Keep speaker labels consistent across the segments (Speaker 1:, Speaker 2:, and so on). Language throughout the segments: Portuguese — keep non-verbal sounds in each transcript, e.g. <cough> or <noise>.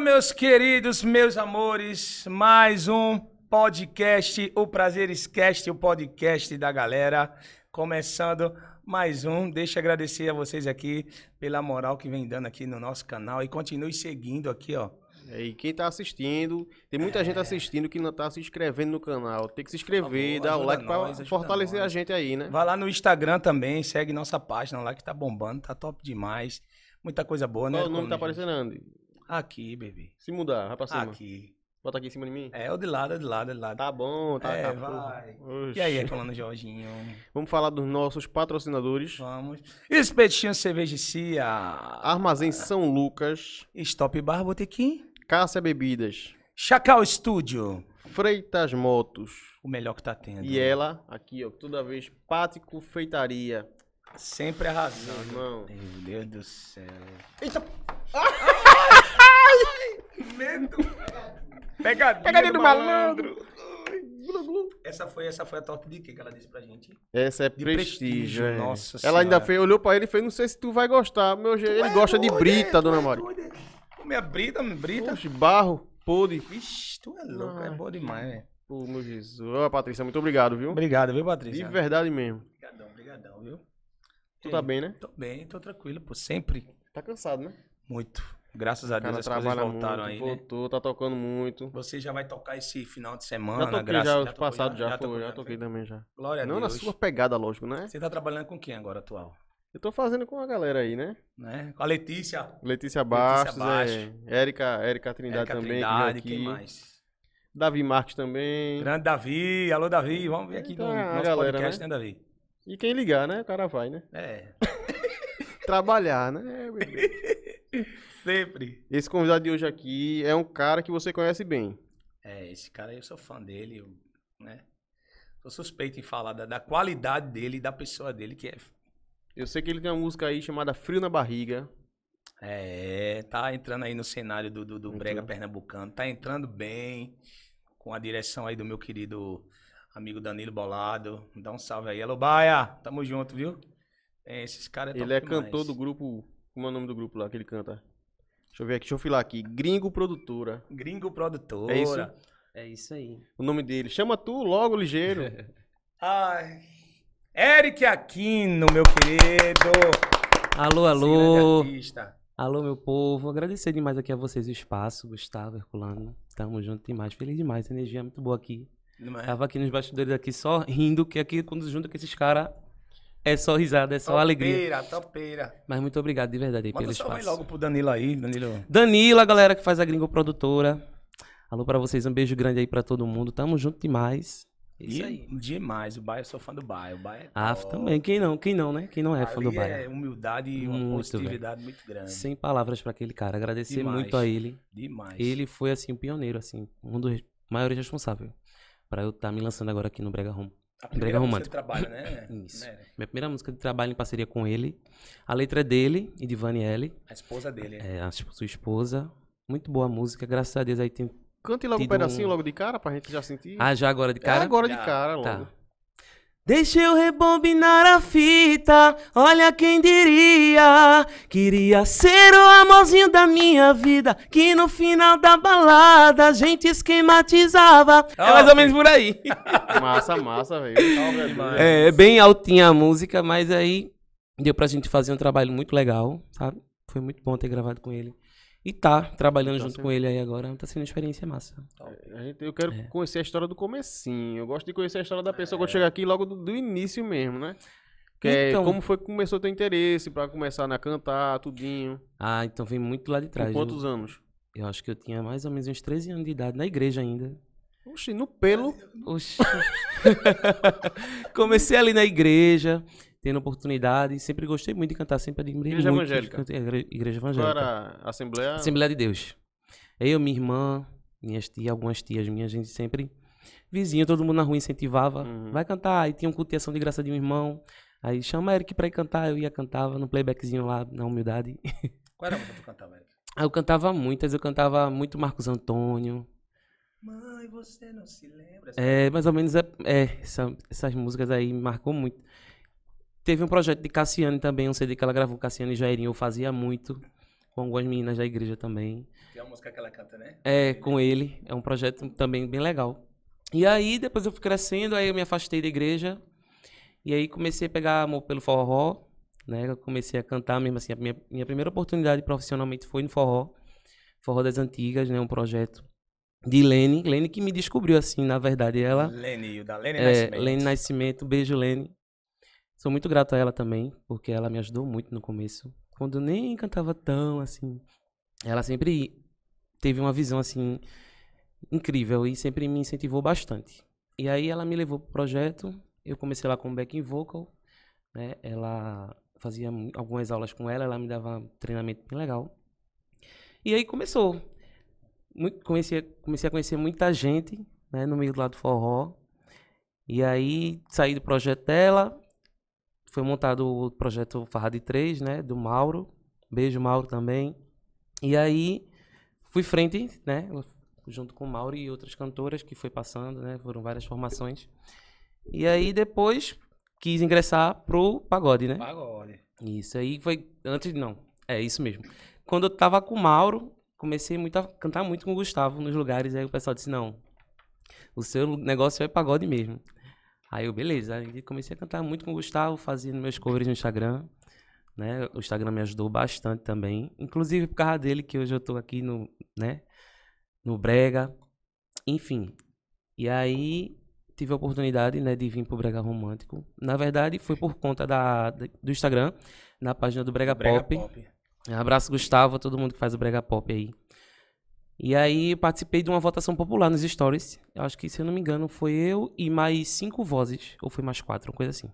Speaker 1: meus queridos, meus amores, mais um podcast, o Prazeres Cast, o podcast da galera. Começando mais um, deixa eu agradecer a vocês aqui pela moral que vem dando aqui no nosso canal e continue seguindo aqui, ó.
Speaker 2: E quem tá assistindo, tem muita gente assistindo que não tá se inscrevendo no canal. Tem que se inscrever,
Speaker 1: É. favor,
Speaker 2: dar o
Speaker 1: ajuda
Speaker 2: like
Speaker 1: nós,
Speaker 2: pra
Speaker 1: ajuda
Speaker 2: fortalecer
Speaker 1: nós.
Speaker 2: a gente aí, né?
Speaker 1: Vai lá no Instagram também, segue nossa página lá que tá bombando, tá top demais. Muita coisa boa, né?
Speaker 2: Qual o
Speaker 1: Coruja?
Speaker 2: nome tá aparecendo, Andy?
Speaker 1: Aqui, bebê.
Speaker 2: Se mudar, vai pra cima.
Speaker 1: Ah, Aqui.
Speaker 2: Bota aqui em cima de mim.
Speaker 1: É, o de lado, é o de lado, é o de lado.
Speaker 2: Tá bom, tá.
Speaker 1: É,
Speaker 2: tá,
Speaker 1: vai.
Speaker 2: porra.
Speaker 1: E aí,
Speaker 2: Oxi.
Speaker 1: Herculano Jorginho?
Speaker 2: Vamos falar dos nossos patrocinadores.
Speaker 1: Vamos. Espetinho Cerveja e Cia.
Speaker 2: Armazém São Lucas,
Speaker 1: Stop Bar Botequim.
Speaker 2: Cássia Bebidas,
Speaker 1: Chacal Studio.
Speaker 2: Freitas Motos.
Speaker 1: O melhor que tá tendo.
Speaker 2: E ela, aqui, ó, toda vez, Pátio Confeitaria.
Speaker 1: Sempre arrasando.
Speaker 2: Irmão.
Speaker 1: Meu Deus do céu.
Speaker 2: Eita,
Speaker 1: Medo. Pegadinha,
Speaker 2: Pegadinha do
Speaker 1: do
Speaker 2: malandro.
Speaker 1: malandro. Essa foi, essa foi a torta de quê que ela disse pra gente?
Speaker 2: Essa é
Speaker 1: De
Speaker 2: prestígio,
Speaker 1: prestígio,
Speaker 2: é.
Speaker 1: nossa
Speaker 2: Ela ainda
Speaker 1: senhora.
Speaker 2: fez, olhou pra ele e fez, não sei se tu vai gostar. Meu, je- ele
Speaker 1: É
Speaker 2: gosta de
Speaker 1: doido,
Speaker 2: brita,
Speaker 1: é,
Speaker 2: dona
Speaker 1: tu é
Speaker 2: Maria.
Speaker 1: doido, é. Minha brita, minha brita.
Speaker 2: Oxe, barro, podre.
Speaker 1: Vixe, tu é louco, é
Speaker 2: Ai,
Speaker 1: boa demais, velho.
Speaker 2: Ô, meu Jesus. Ó, Patrícia, muito obrigado, viu?
Speaker 1: Obrigado, viu,
Speaker 2: De
Speaker 1: Patrícia?
Speaker 2: verdade mesmo.
Speaker 1: Obrigadão, obrigadão, viu?
Speaker 2: Tu
Speaker 1: E
Speaker 2: tá
Speaker 1: aí?
Speaker 2: bem, né?
Speaker 1: Tô bem, tô tranquilo, pô, sempre.
Speaker 2: Tá cansado, né?
Speaker 1: Muito. Graças a
Speaker 2: O
Speaker 1: Deus
Speaker 2: cara
Speaker 1: as coisas
Speaker 2: trabalha
Speaker 1: voltaram
Speaker 2: muito,
Speaker 1: aí, né?
Speaker 2: voltou, tá tocando muito.
Speaker 1: Você já vai tocar esse final de semana,
Speaker 2: Já toquei
Speaker 1: graças
Speaker 2: já,
Speaker 1: tocou
Speaker 2: passado já,
Speaker 1: tocou é
Speaker 2: foi, já toquei também já.
Speaker 1: Glória a
Speaker 2: Não na
Speaker 1: Deus.
Speaker 2: sua pegada, lógico, né?
Speaker 1: Você tá trabalhando com quem agora, atual?
Speaker 2: Eu tô fazendo com a galera aí, né?
Speaker 1: Né? Com a Letícia,
Speaker 2: Letícia Bastos,
Speaker 1: Bastos.
Speaker 2: é, Érica, Érica Trindade
Speaker 1: Érica
Speaker 2: também,
Speaker 1: Trindade,
Speaker 2: que
Speaker 1: quem
Speaker 2: veio aqui.
Speaker 1: mais?
Speaker 2: Davi Marques também.
Speaker 1: Grande Davi, alô Davi, vamos ver aqui
Speaker 2: Então,
Speaker 1: no
Speaker 2: a
Speaker 1: nosso
Speaker 2: galera,
Speaker 1: podcast, né, Davi?
Speaker 2: E quem ligar, né? O cara vai, né?
Speaker 1: É,
Speaker 2: Trabalhar, né? É, bebê.
Speaker 1: sempre.
Speaker 2: Esse convidado de hoje aqui é um cara que você conhece bem.
Speaker 1: É, esse cara aí eu sou fã dele, eu, né? Sou suspeito em falar da, da qualidade dele, e da pessoa dele, que é
Speaker 2: Eu sei que ele tem uma música aí chamada Frio na Barriga.
Speaker 1: É, tá entrando aí no cenário do, do, do
Speaker 2: Entrou.
Speaker 1: Brega Pernambucano, tá entrando bem, com a direção aí do meu querido amigo Danilo Bolado. Dá um salve aí. Alô, Baia, tamo junto, viu? É, esses caras
Speaker 2: ele é cantor do grupo. Como é o nome do grupo lá que ele canta? Deixa eu ver aqui, deixa eu filar aqui. Gringo Produtora.
Speaker 1: Gringo Produtora.
Speaker 2: É isso?
Speaker 3: É isso aí.
Speaker 2: O nome dele. Chama tu logo, ligeiro.
Speaker 3: <laughs>
Speaker 1: Ai. Eric Aquino, meu querido.
Speaker 3: Alô,
Speaker 1: Esse grande
Speaker 3: alô.
Speaker 1: artista.
Speaker 3: Alô, meu povo. Agradecer demais aqui a vocês o espaço, Gustavo, Herculano. Tamo junto demais. Feliz demais. Essa energia é muito boa aqui.
Speaker 1: Não é?
Speaker 3: Tava aqui nos bastidores aqui só rindo, que aqui quando junto com esses caras é só risada, é só
Speaker 1: Topeira,
Speaker 3: alegria.
Speaker 1: topeira.
Speaker 3: Mas muito obrigado de verdade aí
Speaker 1: Manda
Speaker 3: pelo
Speaker 1: um salve aí
Speaker 3: espaço.
Speaker 1: logo pro Danilo aí, Danilo.
Speaker 3: Danila, galera que faz a Gringo Produtora. Alô pra vocês, um beijo grande aí pra todo mundo. Tamo junto demais. É Isso
Speaker 1: E-
Speaker 3: aí.
Speaker 1: Demais, o Baia, eu sou fã do Baia. O Baia é
Speaker 3: Ah,
Speaker 1: top.
Speaker 3: também. Quem não? Quem não, né? Quem não é fã do
Speaker 1: Ali
Speaker 3: bairro?
Speaker 1: É humildade e uma
Speaker 3: Muito,
Speaker 1: positividade muito grande.
Speaker 3: Sem palavras pra aquele cara. Agradecer
Speaker 1: Demais.
Speaker 3: muito a ele.
Speaker 1: Demais.
Speaker 3: Ele foi, assim, o pioneiro, assim, um dos maiores responsáveis pra eu estar me lançando agora aqui no Brega Home.
Speaker 1: a música
Speaker 3: Brega é romântico.
Speaker 1: do trabalho, né?
Speaker 3: <laughs> Isso.
Speaker 1: Né?
Speaker 3: Minha primeira música de trabalho em parceria com ele. A letra é dele e de Vaniele,
Speaker 1: A esposa dele. É.
Speaker 3: é, a esp- sua esposa. Muito boa a música, graças a Deus aí tem...
Speaker 2: Cante logo um
Speaker 3: Tido
Speaker 2: pedacinho,
Speaker 3: um-
Speaker 2: logo de cara, pra gente já sentir.
Speaker 3: Ah, já agora de cara?
Speaker 2: é agora
Speaker 1: já.
Speaker 2: de cara,
Speaker 3: Tá.
Speaker 2: logo.
Speaker 3: Deixa eu rebobinar a fita, olha quem diria. Queria ser o amorzinho da minha vida, que no final da balada a gente esquematizava.
Speaker 1: É mais ou
Speaker 3: menos por aí.
Speaker 2: Massa, massa,
Speaker 3: <laughs>
Speaker 2: velho.
Speaker 1: demais.
Speaker 3: É, é bem altinha a música, mas aí deu pra gente fazer um trabalho muito legal, sabe? Foi muito bom ter gravado com ele. E tá trabalhando
Speaker 2: Então,
Speaker 3: junto
Speaker 2: sim.
Speaker 3: com ele aí agora, tá sendo uma experiência massa.
Speaker 2: A gente, eu quero
Speaker 3: É.
Speaker 2: conhecer a história do comecinho. Eu gosto de conhecer a história da pessoa quando chega aqui logo do, do início mesmo, né? Que é
Speaker 3: Então-
Speaker 2: como foi que começou o teu interesse pra começar né, a cantar, tudinho.
Speaker 3: Ah, então vem muito lá de
Speaker 2: Com
Speaker 3: trás. viu?
Speaker 2: quantos anos?
Speaker 3: Eu acho que eu tinha mais ou menos uns 13 anos de idade, na igreja ainda.
Speaker 2: Oxi, no pelo.
Speaker 3: Oxi. <laughs> Comecei ali na igreja, tendo oportunidade, sempre gostei muito de cantar, sempre admirei
Speaker 2: Igreja
Speaker 3: muito. os
Speaker 2: evangélica.
Speaker 3: cante- Igre- Igreja
Speaker 2: Qual
Speaker 3: evangélica.
Speaker 2: era a Assembleia?
Speaker 3: Assembleia de Deus. Eu, minha irmã, minhas tias, algumas tias minhas, a gente sempre. Vizinho, todo mundo na rua incentivava.
Speaker 2: Uhum.
Speaker 3: Vai cantar. Aí tinha um culto de ação de graça de um irmão. Aí chama Eric pra ir cantar. Eu ia cantava no playbackzinho lá, na humildade. <laughs>
Speaker 1: Qual era a música que tu cantava, Eric?
Speaker 3: Aí eu cantava muitas. Eu cantava muito Marcos Antônio.
Speaker 1: Mãe, você não se lembra?
Speaker 3: É, mais ou menos é, é, essa- essas músicas aí me marcou muito. Teve um projeto de Cassiane também, um CD que ela gravou, Cassiane e Jairinho, eu fazia muito. com algumas meninas da igreja também.
Speaker 1: Que é uma música que ela canta, né?
Speaker 3: É, com ele. É um projeto também bem legal. E aí, depois eu fui crescendo, aí eu me afastei da igreja. E aí comecei a pegar amor pelo forró, né? Eu comecei a cantar mesmo assim. A minha, minha primeira oportunidade profissionalmente foi no forró. Forró das Antigas, né? Um projeto de Lene. Lene que me descobriu, assim, na verdade. Ela
Speaker 1: Lene, o da Lene
Speaker 3: é,
Speaker 1: Nascimento.
Speaker 3: Lene Nascimento, beijo, Lene. Sou muito grato a ela também, porque ela me ajudou muito no começo. Quando eu nem cantava tão assim. Ela sempre teve uma visão assim incrível e sempre me incentivou bastante. E aí ela me levou pro projeto, eu comecei lá com backing vocal, né? Ela fazia mu- algumas aulas com ela, ela me dava treinamento bem legal. E aí começou. Mui- Comecei, comecei a conhecer muita gente, né, no meio do lado forró. E aí saí do projeto dela, foi montado o projeto Farra de Três, né, do Mauro. Beijo, Mauro, também. E aí fui frente, né, junto com o Mauro e outras cantoras que foi passando, né, foram várias formações. E aí depois quis ingressar pro pagode, né?
Speaker 1: Pagode.
Speaker 3: Isso aí foi antes não. É isso mesmo. Quando eu tava com o Mauro, comecei muito a cantar muito com o Gustavo nos lugares, aí o pessoal disse: "Não. O seu negócio é pagode mesmo". Aí eu, beleza, aí comecei a cantar muito com o Gustavo, fazendo meus covers no Instagram, né? O Instagram me ajudou bastante também, inclusive por causa dele que hoje eu tô aqui no, né, no brega. Enfim. E aí tive a oportunidade, né, de vir pro brega romântico. Na verdade, foi por conta da, da- do Instagram, na página do brega,
Speaker 1: Brega
Speaker 3: pop.
Speaker 1: pop.
Speaker 3: Um abraço, Gustavo, a todo mundo que faz o Brega Pop aí. E aí, participei de uma votação popular nos stories. Eu acho que, se eu não me engano, foi eu e mais cinco vozes, ou foi mais quatro, uma coisa assim.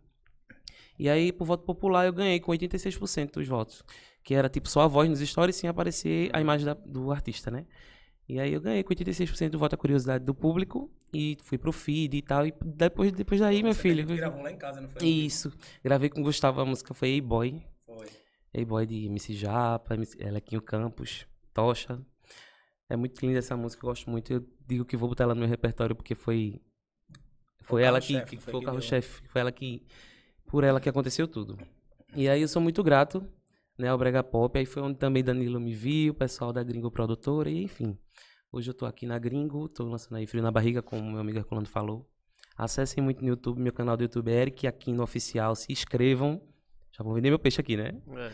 Speaker 3: E aí, por voto popular, eu ganhei com 86% dos votos. Que era tipo só a voz nos stories sem aparecer a imagem da- do artista, né? E aí eu ganhei com 86% do voto à curiosidade do público e fui pro feed e tal. E depois, depois daí, meu
Speaker 1: Você
Speaker 3: filho.
Speaker 1: teve que gravar um lá em casa, não foi?
Speaker 3: Isso. Gravei com o Gustavo, a música foi Ei Boy.
Speaker 1: Foi.
Speaker 3: Ei Boy de MC Japa, MC Lequinho Campos, Tocha. É muito linda essa música, eu gosto muito. Eu digo que vou botar ela no meu repertório porque foi. Foi ela que,
Speaker 1: carro-chefe,
Speaker 3: que
Speaker 1: foi
Speaker 3: foi o
Speaker 1: que
Speaker 3: carro-chefe. Foi ela que. Por ela que aconteceu tudo. E aí eu sou muito grato, né, ao Brega Pop. Aí foi onde também Danilo me viu, o pessoal da Gringo Produtora, e enfim. Hoje eu tô aqui na Gringo, tô lançando aí Frio na Barriga, como meu amigo Herculano falou. Acessem muito no YouTube, meu canal do YouTube é Eric Aquino Oficial, se inscrevam. Já vou vender meu peixe aqui, né?
Speaker 2: É,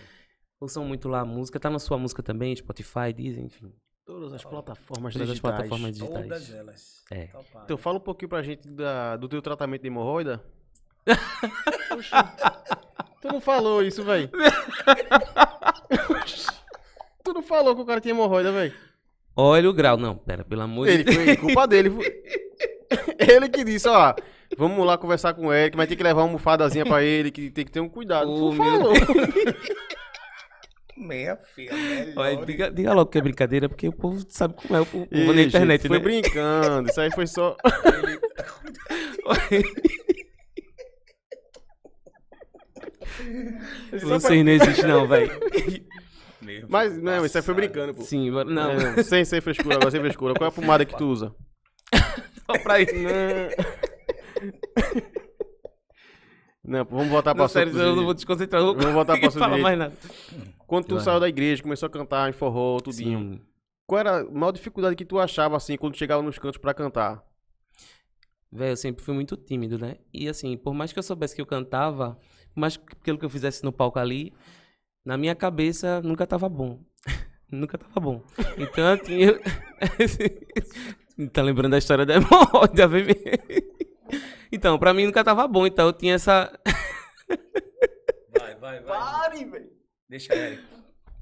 Speaker 3: Ouçam muito lá a música, tá na sua música também, Spotify, Deezer, enfim.
Speaker 2: todas as plataformas
Speaker 3: Todas as
Speaker 2: digitais.
Speaker 3: plataformas digitais.
Speaker 1: Todas elas.
Speaker 3: É.
Speaker 1: Topado.
Speaker 2: Então fala um pouquinho pra gente da- do teu tratamento de hemorroida.
Speaker 3: <laughs>
Speaker 2: Oxi. tu não falou isso,
Speaker 3: <laughs>
Speaker 2: velho. tu não falou que o cara tinha hemorroida, velho.
Speaker 3: Olha o grau. Não, pera, pelo amor de
Speaker 2: Ele foi culpa dele.
Speaker 3: <laughs>
Speaker 2: foi- Ele que disse, ó, vamos lá conversar com o Eric, mas tem que levar uma almofadazinha pra ele, que tem que ter um cuidado.
Speaker 3: Ô,
Speaker 2: tu
Speaker 3: meu
Speaker 2: falou.
Speaker 1: Meia filha, melhor.
Speaker 3: <laughs> Olha, diga, diga logo que é brincadeira, porque o povo sabe como é o povo
Speaker 2: Ih,
Speaker 3: na internet,
Speaker 2: gente, é Foi
Speaker 3: né?
Speaker 2: brincando, isso aí foi só...
Speaker 3: Vocês não existem não, velho.
Speaker 1: Meu
Speaker 2: Mas,
Speaker 1: filho,
Speaker 2: não, isso aí
Speaker 1: passado.
Speaker 2: foi brincando, pô.
Speaker 3: Sim, mas- não,
Speaker 2: É, não, sem, sem frescura, agora sem frescura. Qual é a pomada que tu usa?
Speaker 3: <laughs> só pra isso.
Speaker 2: Não, pô, vamos voltar pra
Speaker 3: Não,
Speaker 2: assunto
Speaker 3: sério, eu não vou desconcentrar. eu
Speaker 2: Vamos voltar pra
Speaker 3: <laughs> ninguém
Speaker 2: assunto
Speaker 3: fala
Speaker 2: direito.
Speaker 3: mais nada.
Speaker 2: Quando tu
Speaker 3: Vai.
Speaker 2: saiu da igreja, começou a cantar em forró, tudinho.
Speaker 3: Sim.
Speaker 2: Qual era a maior dificuldade que tu achava, assim, quando chegava nos cantos pra cantar?
Speaker 3: Velho, eu sempre fui muito tímido, né? E assim, por mais que eu soubesse que eu cantava, por mais que aquilo que eu fizesse no palco ali, na minha cabeça nunca tava bom. <laughs> nunca tava bom. Então, assim, eu. <laughs> tá lembrando da história da <laughs> hemorroida, vem me- Então, pra mim nunca tava bom. Então eu tinha essa.
Speaker 1: Vai, vai, vai. Pare, velho. Deixa ele.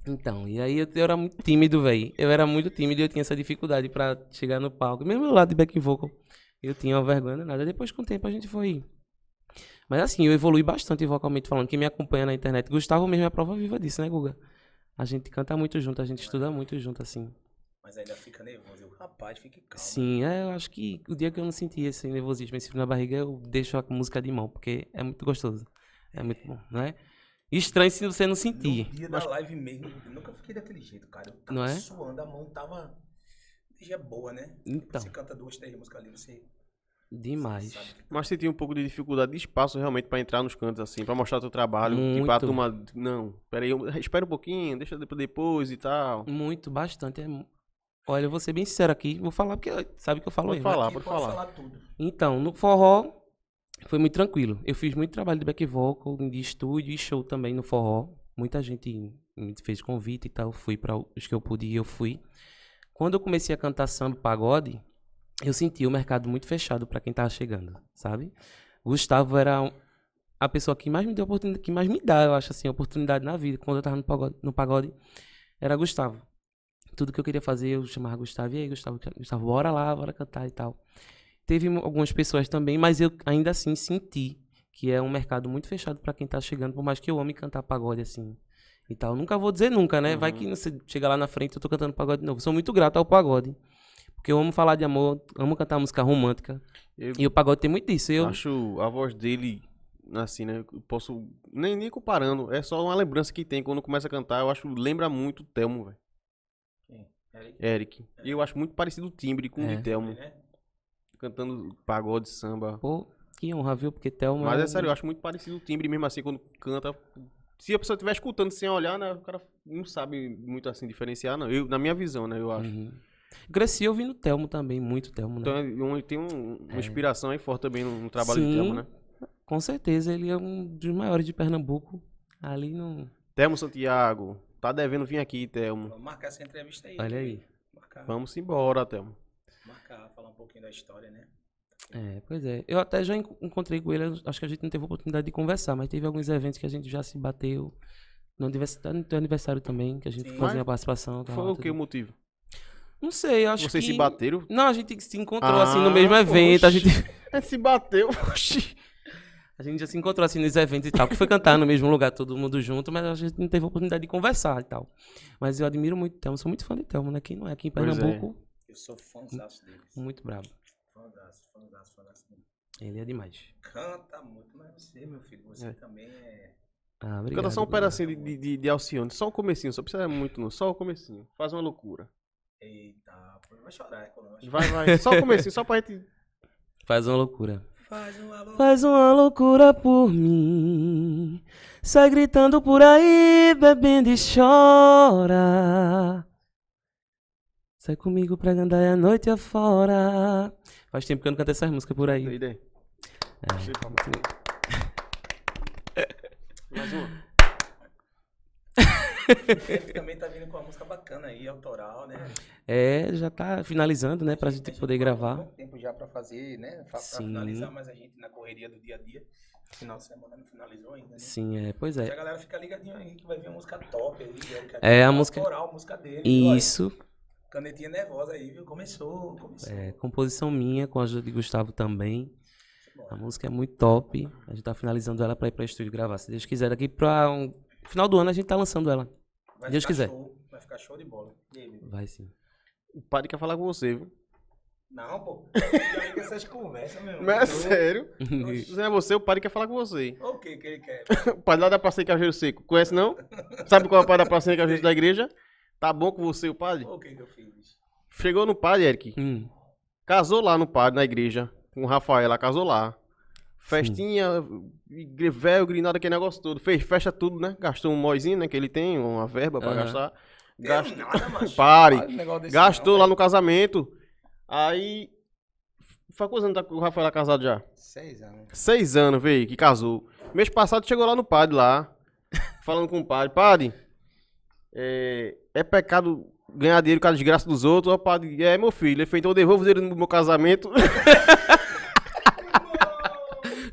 Speaker 3: Então, e aí eu, eu era muito tímido, velho. Eu era muito tímido e eu tinha essa dificuldade pra chegar no palco. Mesmo eu lá de back vocal, eu tinha uma vergonha nada. Depois, com o tempo, a gente foi. Mas assim, eu evolui bastante vocalmente falando. Quem me acompanha na internet, Gustavo mesmo é a prova viva disso, né, Guga? A gente canta muito junto, a gente estuda muito junto, assim.
Speaker 1: Mas ainda fica nervoso. Eu, rapaz, fique calmo.
Speaker 3: Sim, é, eu acho que o dia que eu não senti esse nervosismo, esse frio na barriga, eu deixo a música de mão, porque é muito gostoso. É muito bom, né? Estranho se você não sentir.
Speaker 1: No um dia da live mesmo, eu nunca fiquei daquele jeito, cara. Eu tava
Speaker 3: Não é?
Speaker 1: suando, a mão tava. Já é boa, né?
Speaker 3: Então.
Speaker 1: Você canta duas, três músicas ali, você.
Speaker 3: Demais.
Speaker 2: Mas você tinha um pouco de dificuldade de espaço realmente pra entrar nos cantos, assim, pra mostrar teu trabalho. Tipo,
Speaker 3: Muito.
Speaker 2: a turma. Não, peraí, eu- espera um pouquinho, deixa depois, depois e tal.
Speaker 3: Muito, bastante. É mu- Olha, eu vou ser bem sincero aqui. Vou falar porque sabe que eu falo
Speaker 2: Pode
Speaker 3: erro. né?
Speaker 2: falar,
Speaker 1: Aqui
Speaker 2: pode
Speaker 1: pode
Speaker 2: falar.
Speaker 1: tudo.
Speaker 3: Então, no forró foi muito tranquilo. Eu fiz muito trabalho de back vocal, de estúdio e show também no forró. Muita gente me fez convite e tal. Fui para os que eu pude e eu fui. Quando eu comecei a cantar samba e pagode, eu senti o mercado muito fechado para quem tava chegando, sabe? Gustavo era um- a pessoa que mais me deu oportunidade, que mais me dá, eu acho assim, oportunidade na vida. Quando eu tava no pagode, no pagode era Gustavo. Tudo que eu queria fazer, eu chamava Gustavo, e aí, Gustavo, Gustavo, bora lá, bora cantar e tal. Teve mu- algumas pessoas também, mas eu ainda assim senti que é um mercado muito fechado para quem tá chegando, por mais que eu ame cantar pagode assim e tal. Nunca vou dizer nunca, né? Vai que
Speaker 2: Uhum.
Speaker 3: você chega lá na frente eu tô cantando pagode de novo. Sou muito grato ao pagode. Porque eu amo falar de amor, amo cantar música romântica.
Speaker 2: Eu-
Speaker 3: E o pagode tem muito disso. Eu,
Speaker 2: Acho a voz dele, assim, né? Eu posso. Nem, nem comparando, é só uma lembrança que tem. Quando começa a cantar, eu acho lembra muito o Telmo, velho. Eric. E eu acho muito parecido o timbre com o
Speaker 3: É.
Speaker 2: de Telmo. Cantando pagode, samba.
Speaker 3: pô, que honra, viu? Porque Thelma.
Speaker 2: Mas
Speaker 3: é
Speaker 2: é
Speaker 3: um-
Speaker 2: sério, eu acho muito parecido o timbre, mesmo assim, quando canta. Se a pessoa estiver escutando sem olhar, né? O cara não sabe muito assim diferenciar, não. Eu, na minha visão, né? Eu acho.
Speaker 3: Uhum. Cresci ouvindo Thelmo também, muito Thelmo, né?
Speaker 2: Então é um- tem um- uma inspiração aí forte também no, no trabalho de
Speaker 3: É. Sim.
Speaker 2: Telmo, né?
Speaker 3: Com certeza, ele é um dos maiores de Pernambuco. Ali não.
Speaker 2: Telmo Santiago, tá devendo vir aqui, Telmo.
Speaker 1: Vamos marcar essa entrevista aí. né?
Speaker 3: Olha aí.
Speaker 1: Marcar,
Speaker 2: Vamos embora, Telmo.
Speaker 1: marcar, falar um pouquinho da história, né?
Speaker 3: É, pois é. Eu até já en- encontrei com ele, acho que a gente não teve oportunidade de conversar, mas teve alguns eventos que a gente já se bateu. No aniversário, no teu aniversário também, que a gente
Speaker 1: Sim.
Speaker 3: fazia
Speaker 2: Mas
Speaker 3: a participação. tava
Speaker 2: Foi o
Speaker 3: tudo.
Speaker 2: que o motivo?
Speaker 3: Não sei, eu acho
Speaker 2: Vocês
Speaker 3: que.
Speaker 2: se bateram?
Speaker 3: Não, a gente se encontrou assim no
Speaker 2: Ah,
Speaker 3: mesmo evento. A
Speaker 2: oxi.
Speaker 3: gente,
Speaker 2: É, se <laughs> bateu.
Speaker 3: <laughs>
Speaker 2: Oxi.
Speaker 3: a gente já se encontrou assim nos eventos e tal, que foi cantar no mesmo lugar, todo mundo junto, mas a gente não teve oportunidade de conversar e tal. Mas eu admiro muito o Telmo, sou muito fã de Telmo, né? Quem não é aqui em
Speaker 2: Pois é.
Speaker 3: Pernambuco,
Speaker 1: Eu sou fãzaço deles.
Speaker 3: muito brabo.
Speaker 1: Fãzaço, fãzaço, fãzaço.
Speaker 3: Ele é demais.
Speaker 1: Canta muito, mas você, meu filho, você também é.
Speaker 3: Ah, obrigado.
Speaker 2: Canta só um
Speaker 3: obrigado.
Speaker 2: pedacinho de, de, de Alcione, só o comecinho, só precisa muito não, só o comecinho. Faz uma loucura.
Speaker 1: Eita, pô, vai chorar, é conosco.
Speaker 2: Vai, <laughs> vai, só o comecinho, só pra gente...
Speaker 3: Faz uma loucura.
Speaker 1: Faz um alô.
Speaker 3: Faz uma loucura por mim. Sai gritando por aí, bebendo e chora. Sai comigo pra gandaia a noite afora. Faz tempo que eu não canto essas músicas por aí.
Speaker 2: Ideia. É. <laughs> Mais uma.
Speaker 1: Ele também tá vindo com uma música bacana aí, autoral, né?
Speaker 3: É, já tá finalizando, né? Pra gente poder gravar.
Speaker 1: Tem tempo já pra fazer, né? Pra, pra
Speaker 3: Sim.
Speaker 1: finalizar, mas a gente na correria do dia a dia. Final de semana não finalizou ainda, né?
Speaker 3: Sim, é, pois
Speaker 1: Mas A
Speaker 3: é.
Speaker 1: galera fica ligadinha aí que vai vir uma música top aí. né? Que
Speaker 3: É, a
Speaker 1: é
Speaker 3: música-
Speaker 1: Autoral, a música dele. viu?
Speaker 3: Isso,
Speaker 1: Olha, Canetinha nervosa aí, viu? Começou, começou.
Speaker 3: é, composição minha, com a ajuda de Gustavo também. A
Speaker 1: Bora.
Speaker 3: música é muito top. A gente tá finalizando ela pra ir pra estúdio gravar. Se Deus quiser, daqui pra um... final do ano a gente tá lançando ela.
Speaker 1: Vai
Speaker 3: Deus
Speaker 1: ficar
Speaker 3: quiser.
Speaker 1: show, vai ficar show de bola. E aí, meu?
Speaker 3: Vai sim.
Speaker 2: O padre quer falar com você, viu?
Speaker 1: Não, pô.
Speaker 3: <laughs>
Speaker 1: Fica com essas conversas, meu.
Speaker 2: Mas é sério.
Speaker 1: Oxi.
Speaker 2: <laughs> Se não é você, o padre quer falar com você.
Speaker 1: O que que ele quer?
Speaker 2: O padre lá da Praça de Cajueiro Seco, conhece não? Sabe qual é o padre da Praça de Cajueiro da igreja? Tá bom com você, o padre?
Speaker 1: O que que eu fiz?
Speaker 2: Chegou no padre, Eric.
Speaker 3: Hum.
Speaker 2: Casou lá no padre, na igreja, com o Rafaela, casou lá. Festinha, gri- véu, grinada, aquele negócio todo. Fez festa tudo, né? Gastou um moizinho, né? Que ele tem, uma verba pra
Speaker 3: Aham.
Speaker 2: gastar.
Speaker 1: Gasto...
Speaker 2: Gastou,
Speaker 1: Nada, macho.
Speaker 2: Pare.
Speaker 1: Fala um negócio desse
Speaker 2: gastou
Speaker 1: não,
Speaker 2: lá no casamento. Aí. Faz quantos anos tá com o Rafaela casado já?
Speaker 1: velho. Seis anos.
Speaker 2: Seis anos, veio, que casou. Mês passado chegou lá no padre, lá. <laughs> Falando com o padre. Padre, é, é pecado ganhar dinheiro com a desgraça dos outros. Ó, padre, é meu filho. Ele fez, então eu devolvo o dinheiro no meu casamento.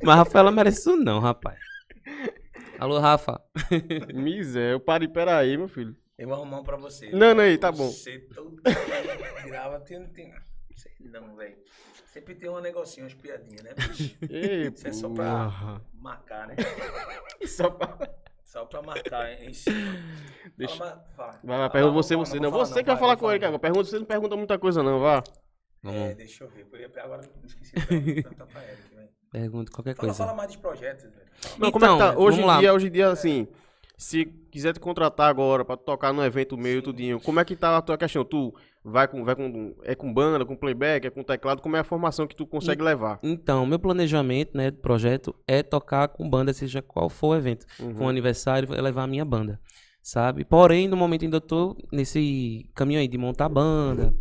Speaker 3: Mas a Rafaela merece isso não, rapaz. Alô, Rafa.
Speaker 2: Miséria, é, eu parei, peraí, meu filho.
Speaker 1: Eu vou arrumar um pra você.
Speaker 2: Não, não, aí, tá bom.
Speaker 1: Você todo grava, tem, tem... Sei não, velho. Sempre tem um negocinho, umas piadinhas, né, bicho?
Speaker 2: Ei,
Speaker 1: Isso é só
Speaker 2: porra.
Speaker 1: Marcar, né?
Speaker 2: Só pra-
Speaker 1: Só pra marcar em cima.
Speaker 2: Deixa-
Speaker 1: Fala, mas- fala.
Speaker 2: Vai, vai,
Speaker 1: Fala,
Speaker 2: pergunta você,
Speaker 1: vou
Speaker 2: você.
Speaker 1: falar,
Speaker 2: Não,
Speaker 1: vou
Speaker 2: você
Speaker 1: falar,
Speaker 2: que vai falar
Speaker 1: vou
Speaker 2: com ele, cara. Pergunta, você não pergunta muita coisa, não, vá.
Speaker 3: Vamos
Speaker 1: É, deixa eu ver. porque eu- Agora eu esqueci de perguntar pra Eric, velho.
Speaker 3: Pergunta qualquer
Speaker 1: Fala,
Speaker 2: é.
Speaker 3: coisa.
Speaker 1: fala mais dos projetos, velho.
Speaker 2: Não, como é que
Speaker 3: Então,
Speaker 2: tá? Hoje
Speaker 3: vamos
Speaker 2: em
Speaker 3: lá.
Speaker 2: dia, hoje em dia, assim. Se quiser te contratar agora pra tocar num evento meu, tudinho, como é que tá a tua questão? Tu vai com, vai com. É com banda, com playback, é com teclado? Como é a formação que tu consegue levar?
Speaker 3: Então, meu planejamento, né, do projeto é tocar com banda, seja qual for o evento. Com
Speaker 2: Uhum.
Speaker 3: o aniversário, é levar a minha banda, sabe? Porém, no momento ainda eu tô nesse caminho aí de montar banda.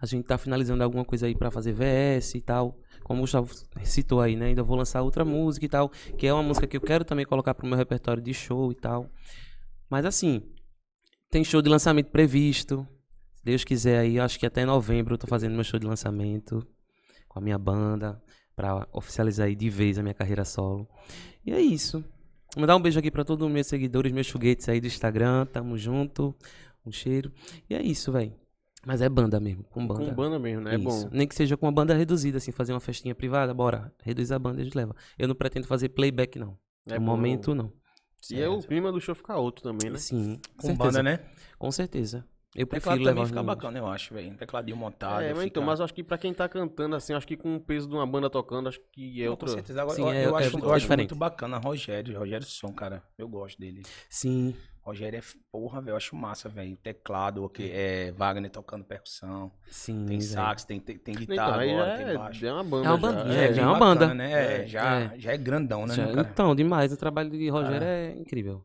Speaker 3: A gente tá finalizando alguma coisa aí pra fazer VS e tal. Como o Gustavo citou aí, né? Ainda vou lançar outra música e tal, que é uma música que eu quero também colocar pro meu repertório de show e tal. Mas assim, tem show de lançamento previsto. Se Deus quiser aí, acho que até novembro eu tô fazendo meu show de lançamento com a minha banda pra oficializar aí de vez a minha carreira solo. E é isso. Mandar um beijo aqui pra todos os meus seguidores, meus foguetes aí do Instagram, tamo junto. Um cheiro. E é isso, velho. Mas é banda mesmo, com banda.
Speaker 2: Com banda mesmo, né? É
Speaker 3: Isso.
Speaker 2: bom.
Speaker 3: Nem que seja com uma banda reduzida, assim, fazer uma festinha privada, bora. Reduz a banda e a gente leva. Eu não pretendo fazer playback, não.
Speaker 2: É
Speaker 3: no
Speaker 2: bom.
Speaker 3: um momento, não.
Speaker 2: E é o clima do show ficar outro também, né?
Speaker 3: Sim. Com
Speaker 1: Com
Speaker 3: certeza.
Speaker 1: banda, né?
Speaker 3: Com certeza. Eu prefiro
Speaker 1: Teclado
Speaker 3: levar
Speaker 1: também
Speaker 3: os
Speaker 1: fica
Speaker 3: meninos.
Speaker 1: bacana, eu acho, velho. Tecladinho montado.
Speaker 2: É, mas então,
Speaker 1: fica-
Speaker 2: mas acho que pra quem tá cantando, assim, acho que com o peso de uma banda tocando, acho que é
Speaker 1: Não, com
Speaker 2: outra.
Speaker 1: certeza. Agora,
Speaker 3: Sim,
Speaker 1: eu,
Speaker 3: é-
Speaker 1: eu
Speaker 3: é
Speaker 1: acho, eu
Speaker 3: muito
Speaker 1: acho muito
Speaker 3: diferente.
Speaker 1: bacana Rogério. Rogério Som, cara. Eu gosto dele.
Speaker 3: Sim.
Speaker 1: Rogério é f- porra, velho. Eu acho massa, velho. Teclado, ok, é, Wagner tocando percussão.
Speaker 3: Sim.
Speaker 1: Tem
Speaker 3: velho.
Speaker 1: sax, tem, tem, tem
Speaker 2: Então,
Speaker 1: guitarra
Speaker 2: aí
Speaker 1: agora,
Speaker 2: já
Speaker 1: tem baixo.
Speaker 2: é, é uma banda.
Speaker 3: É uma
Speaker 2: já,
Speaker 3: bandinha,
Speaker 2: é.
Speaker 1: bem
Speaker 3: já é uma
Speaker 1: bacana,
Speaker 3: banda.
Speaker 1: Né? É,
Speaker 2: É.
Speaker 1: já,
Speaker 3: É.
Speaker 1: já é grandão, né,
Speaker 3: Já-
Speaker 1: meu cara?
Speaker 3: então, demais. O trabalho de Rogério é incrível.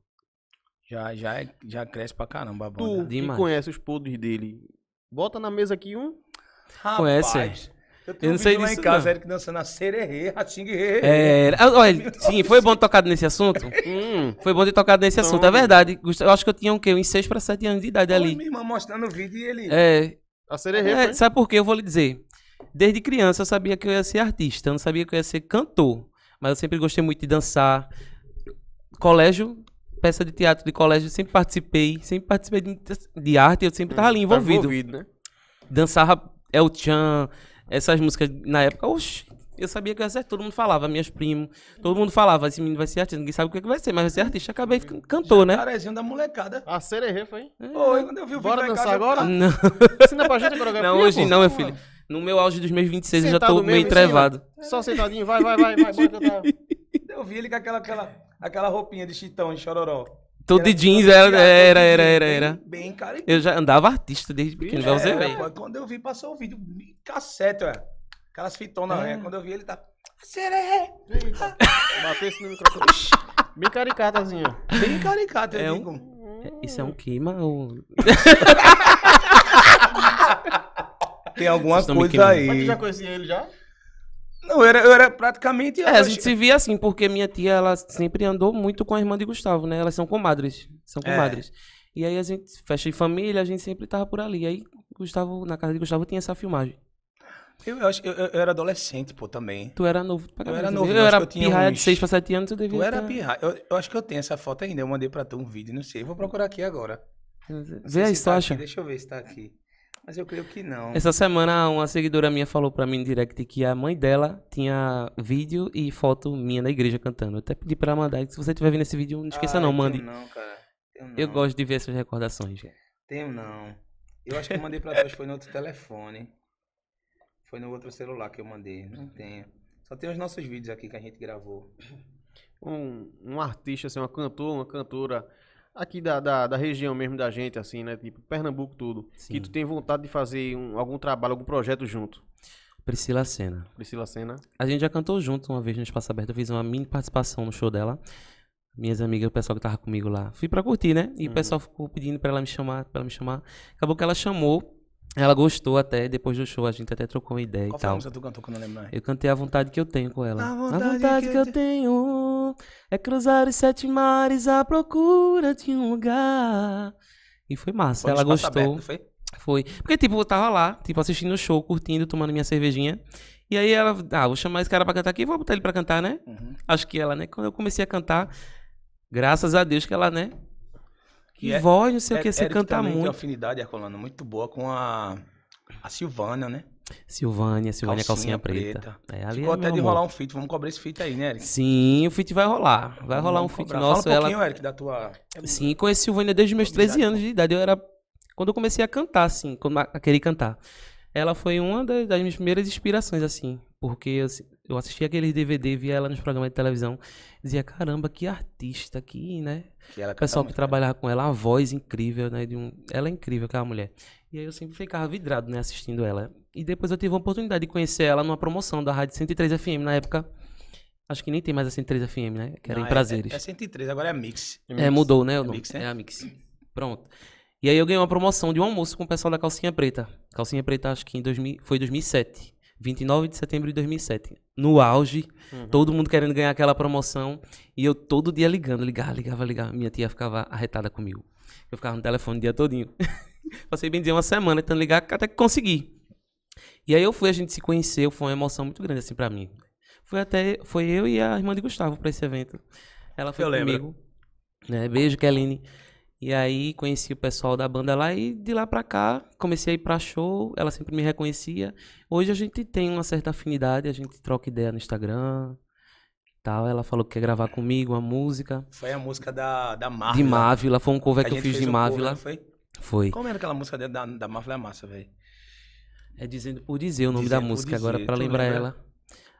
Speaker 1: Já, já, é- já cresce pra caramba a
Speaker 2: Tu
Speaker 1: banda.
Speaker 2: que
Speaker 3: Demais.
Speaker 2: conhece os podres dele, bota na mesa aqui um.
Speaker 3: Conhece,
Speaker 1: Rapaz, Eu,
Speaker 3: Eu
Speaker 1: tenho um
Speaker 3: não sei
Speaker 1: vídeo lá em
Speaker 3: disso,
Speaker 1: casa,
Speaker 3: não.
Speaker 1: Eric dançando a sererê, ratinho guerreiro.
Speaker 3: É, ah, olha, sim, foi bom ter tocado nesse assunto.
Speaker 2: Hum,
Speaker 3: Foi bom ter tocado nesse
Speaker 2: Então-
Speaker 3: assunto, é verdade. Gustavo, Eu acho que eu tinha o quê? Uns 6 pra 7 anos de idade ali.
Speaker 1: Minha irmã mostrando o vídeo e ele...
Speaker 3: É,
Speaker 2: a sererê,
Speaker 3: É,
Speaker 2: foi?
Speaker 3: sabe por quê? Eu vou lhe dizer. Desde criança eu sabia que eu ia ser artista, eu não sabia que eu ia ser cantor. Mas eu sempre gostei muito de dançar. Colégio, peça de teatro de colégio, sempre participei. Sempre participei de, muitas- de arte, eu sempre tava ali
Speaker 2: Tá
Speaker 3: envolvido.
Speaker 2: né?
Speaker 3: Dançava El Chan, essas músicas na época. Oxi, eu sabia que eu ia ser. Todo mundo falava, minhas primas. Todo mundo falava, esse menino vai ser artista. Ninguém sabe o que, é que vai ser, mas vai ser artista. Acabei ficando cantor, né? É.
Speaker 1: Carezinho da molecada.
Speaker 2: A sererê foi.
Speaker 3: <laughs>
Speaker 1: Oi, quando eu vi o vídeo
Speaker 2: Bora
Speaker 1: lá em
Speaker 2: dançar
Speaker 1: casa, eu-
Speaker 2: agora?
Speaker 3: Não,
Speaker 2: Assina pra gente a coreografia.
Speaker 3: não, hoje
Speaker 2: pô.
Speaker 3: não, meu filho. No meu auge dos meus 26, eu já
Speaker 2: Sentado
Speaker 3: tô
Speaker 2: mesmo,
Speaker 3: meio
Speaker 2: ensina.
Speaker 3: trevado.
Speaker 2: Só sentadinho, vai, vai, vai, tá. vai, bora cantar.
Speaker 1: Eu vi ele com aquela, aquela, aquela roupinha de chitão, de chororó.
Speaker 3: Todo
Speaker 1: Era-
Speaker 3: de jeans, era, era, era, era, era.
Speaker 1: Bem, bem cara.
Speaker 3: Eu já andava artista desde pequeno, pra você
Speaker 1: É,
Speaker 3: ver.
Speaker 1: pô, Quando eu vi, passou o vídeo. Cassete, ué. Aquelas fitonas,
Speaker 3: É.
Speaker 1: né? Quando eu vi, ele tá... Sererê!
Speaker 2: Bater esse no microfone. Bem assim, caricatazinho.
Speaker 1: Bem caricato,
Speaker 3: É
Speaker 1: eu
Speaker 3: um-
Speaker 1: digo.
Speaker 3: Isso é um clima ou...
Speaker 1: Tem alguma
Speaker 3: Vocês tão me
Speaker 1: coisa
Speaker 3: queimando.
Speaker 1: aí.
Speaker 2: Mas é tu já conhecia ele já?
Speaker 1: Não, eu era, eu era praticamente...
Speaker 3: É, a gente se via assim, porque minha tia, ela sempre andou muito com a irmã de Gustavo, né? Elas são comadres, são
Speaker 1: É.
Speaker 3: comadres. E aí a gente, festa de família, a gente sempre tava por ali. Aí Gustavo, na casa de Gustavo tinha essa filmagem.
Speaker 1: Eu, eu, acho- eu, eu- eu era adolescente, pô, também.
Speaker 3: Tu era novo pra
Speaker 1: Eu era
Speaker 3: caralho,
Speaker 1: novo,
Speaker 3: eu,
Speaker 1: eu acho
Speaker 3: era
Speaker 1: que eu tinha
Speaker 3: pirraia
Speaker 1: uns-
Speaker 3: de 6 pra 7 anos, tu devia
Speaker 1: Eu era
Speaker 3: tá-
Speaker 1: pirra. Eu, eu acho que eu tenho essa foto ainda. Eu mandei pra tu um vídeo, não sei. Eu vou procurar aqui agora. Não sei
Speaker 3: Vê aí,
Speaker 1: se
Speaker 3: tu
Speaker 1: tá
Speaker 3: acha? É,
Speaker 1: aqui, Deixa eu ver se tá aqui. Mas eu creio que não.
Speaker 3: Essa semana uma seguidora minha falou pra mim no direct que a mãe dela tinha vídeo e foto minha na igreja cantando. Eu até pedi pra ela mandar. Se você estiver vendo esse vídeo, não esqueça
Speaker 1: Ah,
Speaker 3: não,
Speaker 1: eu
Speaker 3: mande.
Speaker 1: Tenho não, cara. Tenho não.
Speaker 3: Eu gosto de ver essas recordações.
Speaker 1: Tenho não. Eu acho que eu mandei <laughs> pra tu, acho que foi no outro telefone. Foi no outro celular que eu mandei. Não tenho. Só tem os nossos vídeos aqui que a gente gravou.
Speaker 2: um, um artista, assim, uma cantora, uma cantora aqui da, da, da região mesmo da gente, assim, né? Tipo, Pernambuco, tudo.
Speaker 3: Sim.
Speaker 2: Que tu tem vontade de fazer um- algum trabalho, algum projeto junto.
Speaker 3: Priscila Senna.
Speaker 2: Priscila Senna.
Speaker 3: A gente já cantou junto uma vez no Espaço Aberto. Eu fiz uma mini participação no show dela. Minhas amigas, o pessoal que tava comigo lá. Fui pra curtir, né? E o pessoal ficou pedindo pra ela me chamar, pra ela me chamar. Acabou que ela chamou. Ela gostou até, depois do show, a gente até trocou uma ideia
Speaker 1: Qual
Speaker 3: e
Speaker 1: foi a
Speaker 3: tal.
Speaker 1: música que tu cantou que eu não lembro né? mais?
Speaker 3: Então. Eu cantei a vontade que eu tenho com ela.
Speaker 1: A
Speaker 3: A vontade,
Speaker 1: vontade
Speaker 3: que,
Speaker 1: que eu
Speaker 3: eu tenho é cruzar os sete mares à procura de um lugar. E foi massa,
Speaker 1: Foi no
Speaker 3: ela
Speaker 1: Espaço
Speaker 3: gostou.
Speaker 1: Aberto, né? não foi?
Speaker 3: Foi. Porque, tipo, eu tava lá, tipo, assistindo o show, curtindo, tomando minha cervejinha. E aí ela, ah, vou chamar esse cara pra cantar aqui, vou botar ele pra cantar, né?
Speaker 1: Uhum.
Speaker 3: Acho que ela, né? Quando eu comecei a cantar, graças a Deus que ela, né? Que
Speaker 1: E é-
Speaker 3: voz, não sei o
Speaker 1: É-
Speaker 3: que, você
Speaker 1: Eric
Speaker 3: canta
Speaker 1: também Tem uma
Speaker 3: muito.
Speaker 1: afinidade, Herculano, muito boa com a, a Silvana, né?
Speaker 3: Silvânia, Silvânia Calcinha, Preta. É, ali
Speaker 1: Ficou
Speaker 3: é
Speaker 1: até
Speaker 3: meu
Speaker 1: de
Speaker 3: amor.
Speaker 1: rolar um feat. Vamos cobrar esse feat aí, né, Eric?
Speaker 3: Sim, o feat vai rolar. Vai rolar um
Speaker 1: Vamos
Speaker 3: feat
Speaker 1: cobrar.
Speaker 3: nosso.
Speaker 1: Fala um
Speaker 3: ela...
Speaker 1: pouquinho, Eric, da tua...
Speaker 3: Sim, conheci Silvânia desde os meus 13 anos de idade. Eu era. Quando eu comecei a cantar, assim, quando a a querer cantar. Ela foi uma da- das, minhas primeiras inspirações, assim. Porque eu se- Eu assistia aqueles DVD, via ela nos programas de televisão. Dizia, caramba, que artista, que, né?
Speaker 1: Que ela é
Speaker 3: O pessoal que
Speaker 1: cantava
Speaker 3: trabalhava com ela, a voz incrível, né? De um... Ela é incrível, aquela mulher. E aí eu sempre ficava vidrado, né? Assistindo ela. E depois eu tive a oportunidade de conhecer ela numa promoção da Rádio 103 FM, na época. Acho que nem tem mais a 103 FM, né? Que era
Speaker 1: Não,
Speaker 3: em
Speaker 1: é-
Speaker 3: Prazeres.
Speaker 1: É, é 103, agora é Mix.
Speaker 3: É, mudou, né? o
Speaker 1: É
Speaker 3: nome?
Speaker 1: Mix, né?
Speaker 3: É a Mix. Pronto. E aí eu ganhei uma promoção de um almoço com o pessoal da Calcinha Preta. Calcinha Preta, acho que em 2000, foi 2007. 29 de setembro de 2007. No auge,
Speaker 1: Uhum.
Speaker 3: todo mundo querendo ganhar aquela promoção. E eu todo dia ligando, ligava, ligava, ligava. Minha tia ficava arretada comigo. Eu ficava no telefone o dia todinho. Passei bem dizer uma semana tentando ligar, até que consegui. E aí eu fui, a gente se conheceu, foi uma emoção muito grande assim pra mim. Foi até, foi eu e a irmã de Gustavo pra esse evento. Ela foi
Speaker 1: Eu lembro.
Speaker 3: comigo. Né? Beijo, Kelline. E aí conheci o pessoal da banda lá e de lá pra cá comecei a ir pra show, ela sempre me reconhecia. Hoje a gente tem uma certa afinidade, a gente troca ideia no Instagram e tal. Ela falou que quer gravar comigo uma música
Speaker 1: Foi a música da, da Marvel.
Speaker 3: de Mávila, foi um cover
Speaker 1: Ah, A
Speaker 3: que eu
Speaker 1: gente
Speaker 3: fiz
Speaker 1: fez
Speaker 3: de
Speaker 1: um
Speaker 3: Mávila.
Speaker 1: cover, não foi?
Speaker 3: Foi.
Speaker 1: Como era aquela música dela da, da Marvel é massa, velho?
Speaker 3: É dizendo por dizer o nome
Speaker 1: Dizendo
Speaker 3: da
Speaker 1: por
Speaker 3: música agora
Speaker 1: dizer,
Speaker 3: pra
Speaker 1: tu
Speaker 3: lembrar
Speaker 1: lembra?
Speaker 3: ela.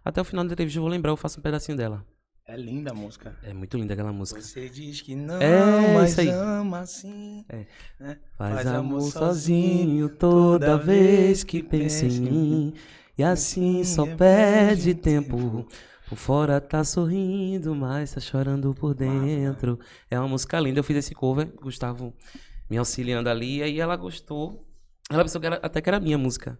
Speaker 3: Até o final da entrevista eu vou lembrar, eu faço um pedacinho dela.
Speaker 1: É linda a música.
Speaker 3: É muito linda aquela música.
Speaker 1: Você diz que não,
Speaker 3: É,
Speaker 1: mas
Speaker 3: isso aí. É.
Speaker 1: ama assim.
Speaker 3: Faz,
Speaker 1: Faz
Speaker 3: amor
Speaker 1: amor
Speaker 3: sozinho
Speaker 1: sozinho
Speaker 3: toda
Speaker 1: toda
Speaker 3: vez
Speaker 1: vez
Speaker 3: que
Speaker 1: que
Speaker 3: pensa em
Speaker 1: pensa em
Speaker 3: mim. E assim só
Speaker 1: é,
Speaker 3: perde
Speaker 1: perde
Speaker 3: tempo.
Speaker 1: tempo.
Speaker 3: Por fora tá sorrindo, mas tá chorando por dentro. É uma música linda. Eu fiz esse cover, Gustavo me auxiliando ali. Aí ela gostou. Ela pensou que era, até que era minha música.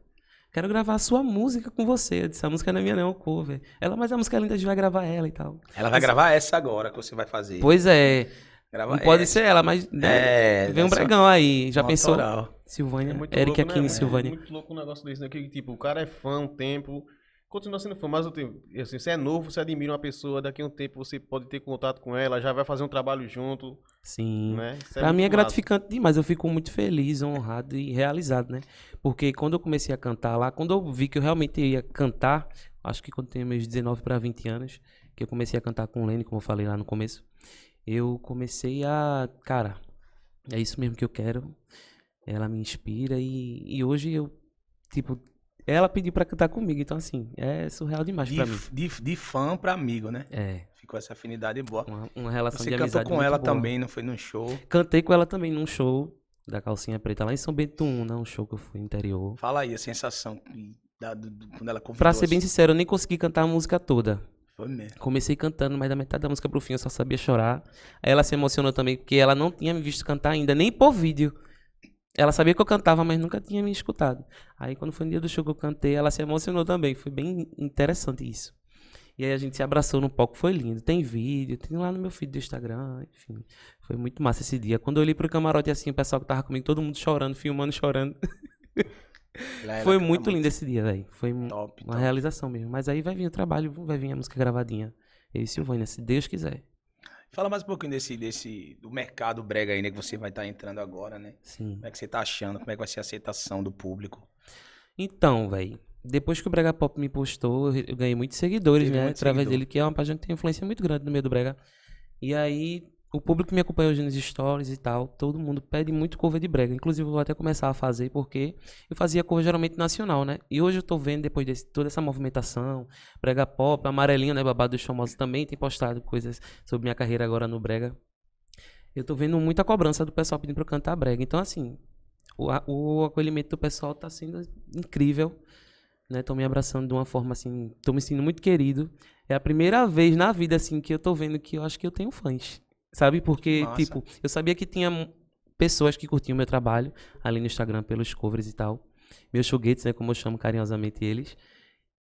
Speaker 3: Quero gravar a sua música com você. Eu disse, a música não é minha, não, é um cover. Ela, mas a música é linda, a gente vai gravar ela e tal.
Speaker 1: Ela vai gravar essa agora que você vai fazer.
Speaker 3: Pois é,
Speaker 1: Grava
Speaker 3: não pode
Speaker 1: essa.
Speaker 3: ser ela, mas né,
Speaker 1: É,
Speaker 3: vem um
Speaker 1: essa-
Speaker 3: bregão aí. Já
Speaker 1: um
Speaker 3: pensou?
Speaker 1: autoral.
Speaker 3: Silvânia,
Speaker 2: É muito
Speaker 3: Erika
Speaker 2: louco, né,
Speaker 3: King,
Speaker 2: velho? É
Speaker 3: Silvânia.
Speaker 2: muito louco um negócio desse, né? Que, tipo, o cara é fã um tempo, continua sendo fã, mas eu tenho, assim, você é novo, você admira uma pessoa, daqui a um tempo você pode ter contato com ela, já vai fazer um trabalho junto,
Speaker 3: Sim.
Speaker 2: né? Isso
Speaker 3: pra
Speaker 2: muito
Speaker 3: mim é
Speaker 2: massa.
Speaker 3: gratificante demais. Eu fico muito feliz, honrado e realizado, né? Porque quando eu comecei a cantar lá, quando eu vi que eu realmente ia cantar, acho que quando eu tinha meus 19 para 20 anos, que eu comecei a cantar com o Lene, como eu falei lá no começo, eu comecei a. Cara, é isso mesmo que eu quero. Ela me inspira e, e hoje eu, tipo, ela pediu pra cantar comigo. Então, assim, é surreal demais
Speaker 1: De,
Speaker 3: pra mim.
Speaker 1: de- de fã pra amigo, né?
Speaker 3: É,
Speaker 1: Ficou essa afinidade boa.
Speaker 3: uma, uma relação
Speaker 1: Você
Speaker 3: de amizade.
Speaker 1: cantou com
Speaker 3: muito
Speaker 1: ela
Speaker 3: boa.
Speaker 1: também, não foi num show.
Speaker 3: Cantei com ela também num show da Calcinha Preta lá em São Bento 1, né? Um show que eu fui interior.
Speaker 1: Fala aí a sensação que- da, do, do- quando ela convidou.
Speaker 3: Pra ser bem
Speaker 1: assim.
Speaker 3: sincero, eu nem consegui cantar a música toda.
Speaker 1: Foi mesmo.
Speaker 3: Comecei cantando, mas da metade da música pro fim eu só sabia chorar. Aí ela se emocionou também, porque ela não tinha me visto cantar ainda, nem por vídeo. Ela sabia que eu cantava, mas nunca tinha me escutado. Aí quando foi no dia do show que eu cantei, ela se emocionou também. Foi bem interessante isso. E aí a gente se abraçou no palco, foi lindo. Tem vídeo, tem lá no meu feed do Instagram, enfim. Foi muito massa esse dia. Quando eu olhei pro camarote assim, o pessoal que tava comigo, todo mundo chorando, filmando, chorando. <laughs>
Speaker 1: Ela- ela
Speaker 3: foi
Speaker 1: canta Então,
Speaker 3: muito lindo esse dia, velho. Foi um-
Speaker 1: Top,
Speaker 3: uma
Speaker 1: top.
Speaker 3: realização mesmo. Mas aí vai vir o trabalho, vai vir a música gravadinha. Eu e Silvânia, se Deus quiser.
Speaker 1: Fala mais um pouquinho desse, desse do mercado brega aí, né? Que você vai estar entrando agora, né?
Speaker 3: Sim.
Speaker 1: Como é que você tá achando? Como é que vai ser a aceitação do público?
Speaker 3: Então, velho, depois que o Brega Pop me postou, eu re- eu ganhei muitos seguidores,
Speaker 1: Teve
Speaker 3: né?
Speaker 1: muito
Speaker 3: através
Speaker 1: seguidor.
Speaker 3: dele, que é uma página que tem influência muito grande no meio do Brega. E aí, o público que me acompanha hoje nos stories e tal, todo mundo pede muito cover de Brega. Inclusive, eu vou até começar a fazer, porque eu fazia cover geralmente nacional, né? E hoje eu tô vendo, depois de toda essa movimentação, Brega Pop, amarelinho, né? Babado dos famosos também tem postado coisas sobre minha carreira agora no Brega. Eu tô vendo muita cobrança do pessoal pedindo pra eu cantar Brega. Então, assim, o, a- o acolhimento do pessoal tá sendo incrível. Né? Estão me abraçando de uma forma assim. Tô me sentindo muito querido. É a primeira vez na vida, assim, que eu tô vendo que eu acho que eu tenho fãs. Sabe? Porque,
Speaker 1: Massa.
Speaker 3: tipo, eu sabia que tinha mu- pessoas que curtiam meu trabalho ali no Instagram pelos covers e tal. Meus foguetes, né? Como eu chamo carinhosamente eles.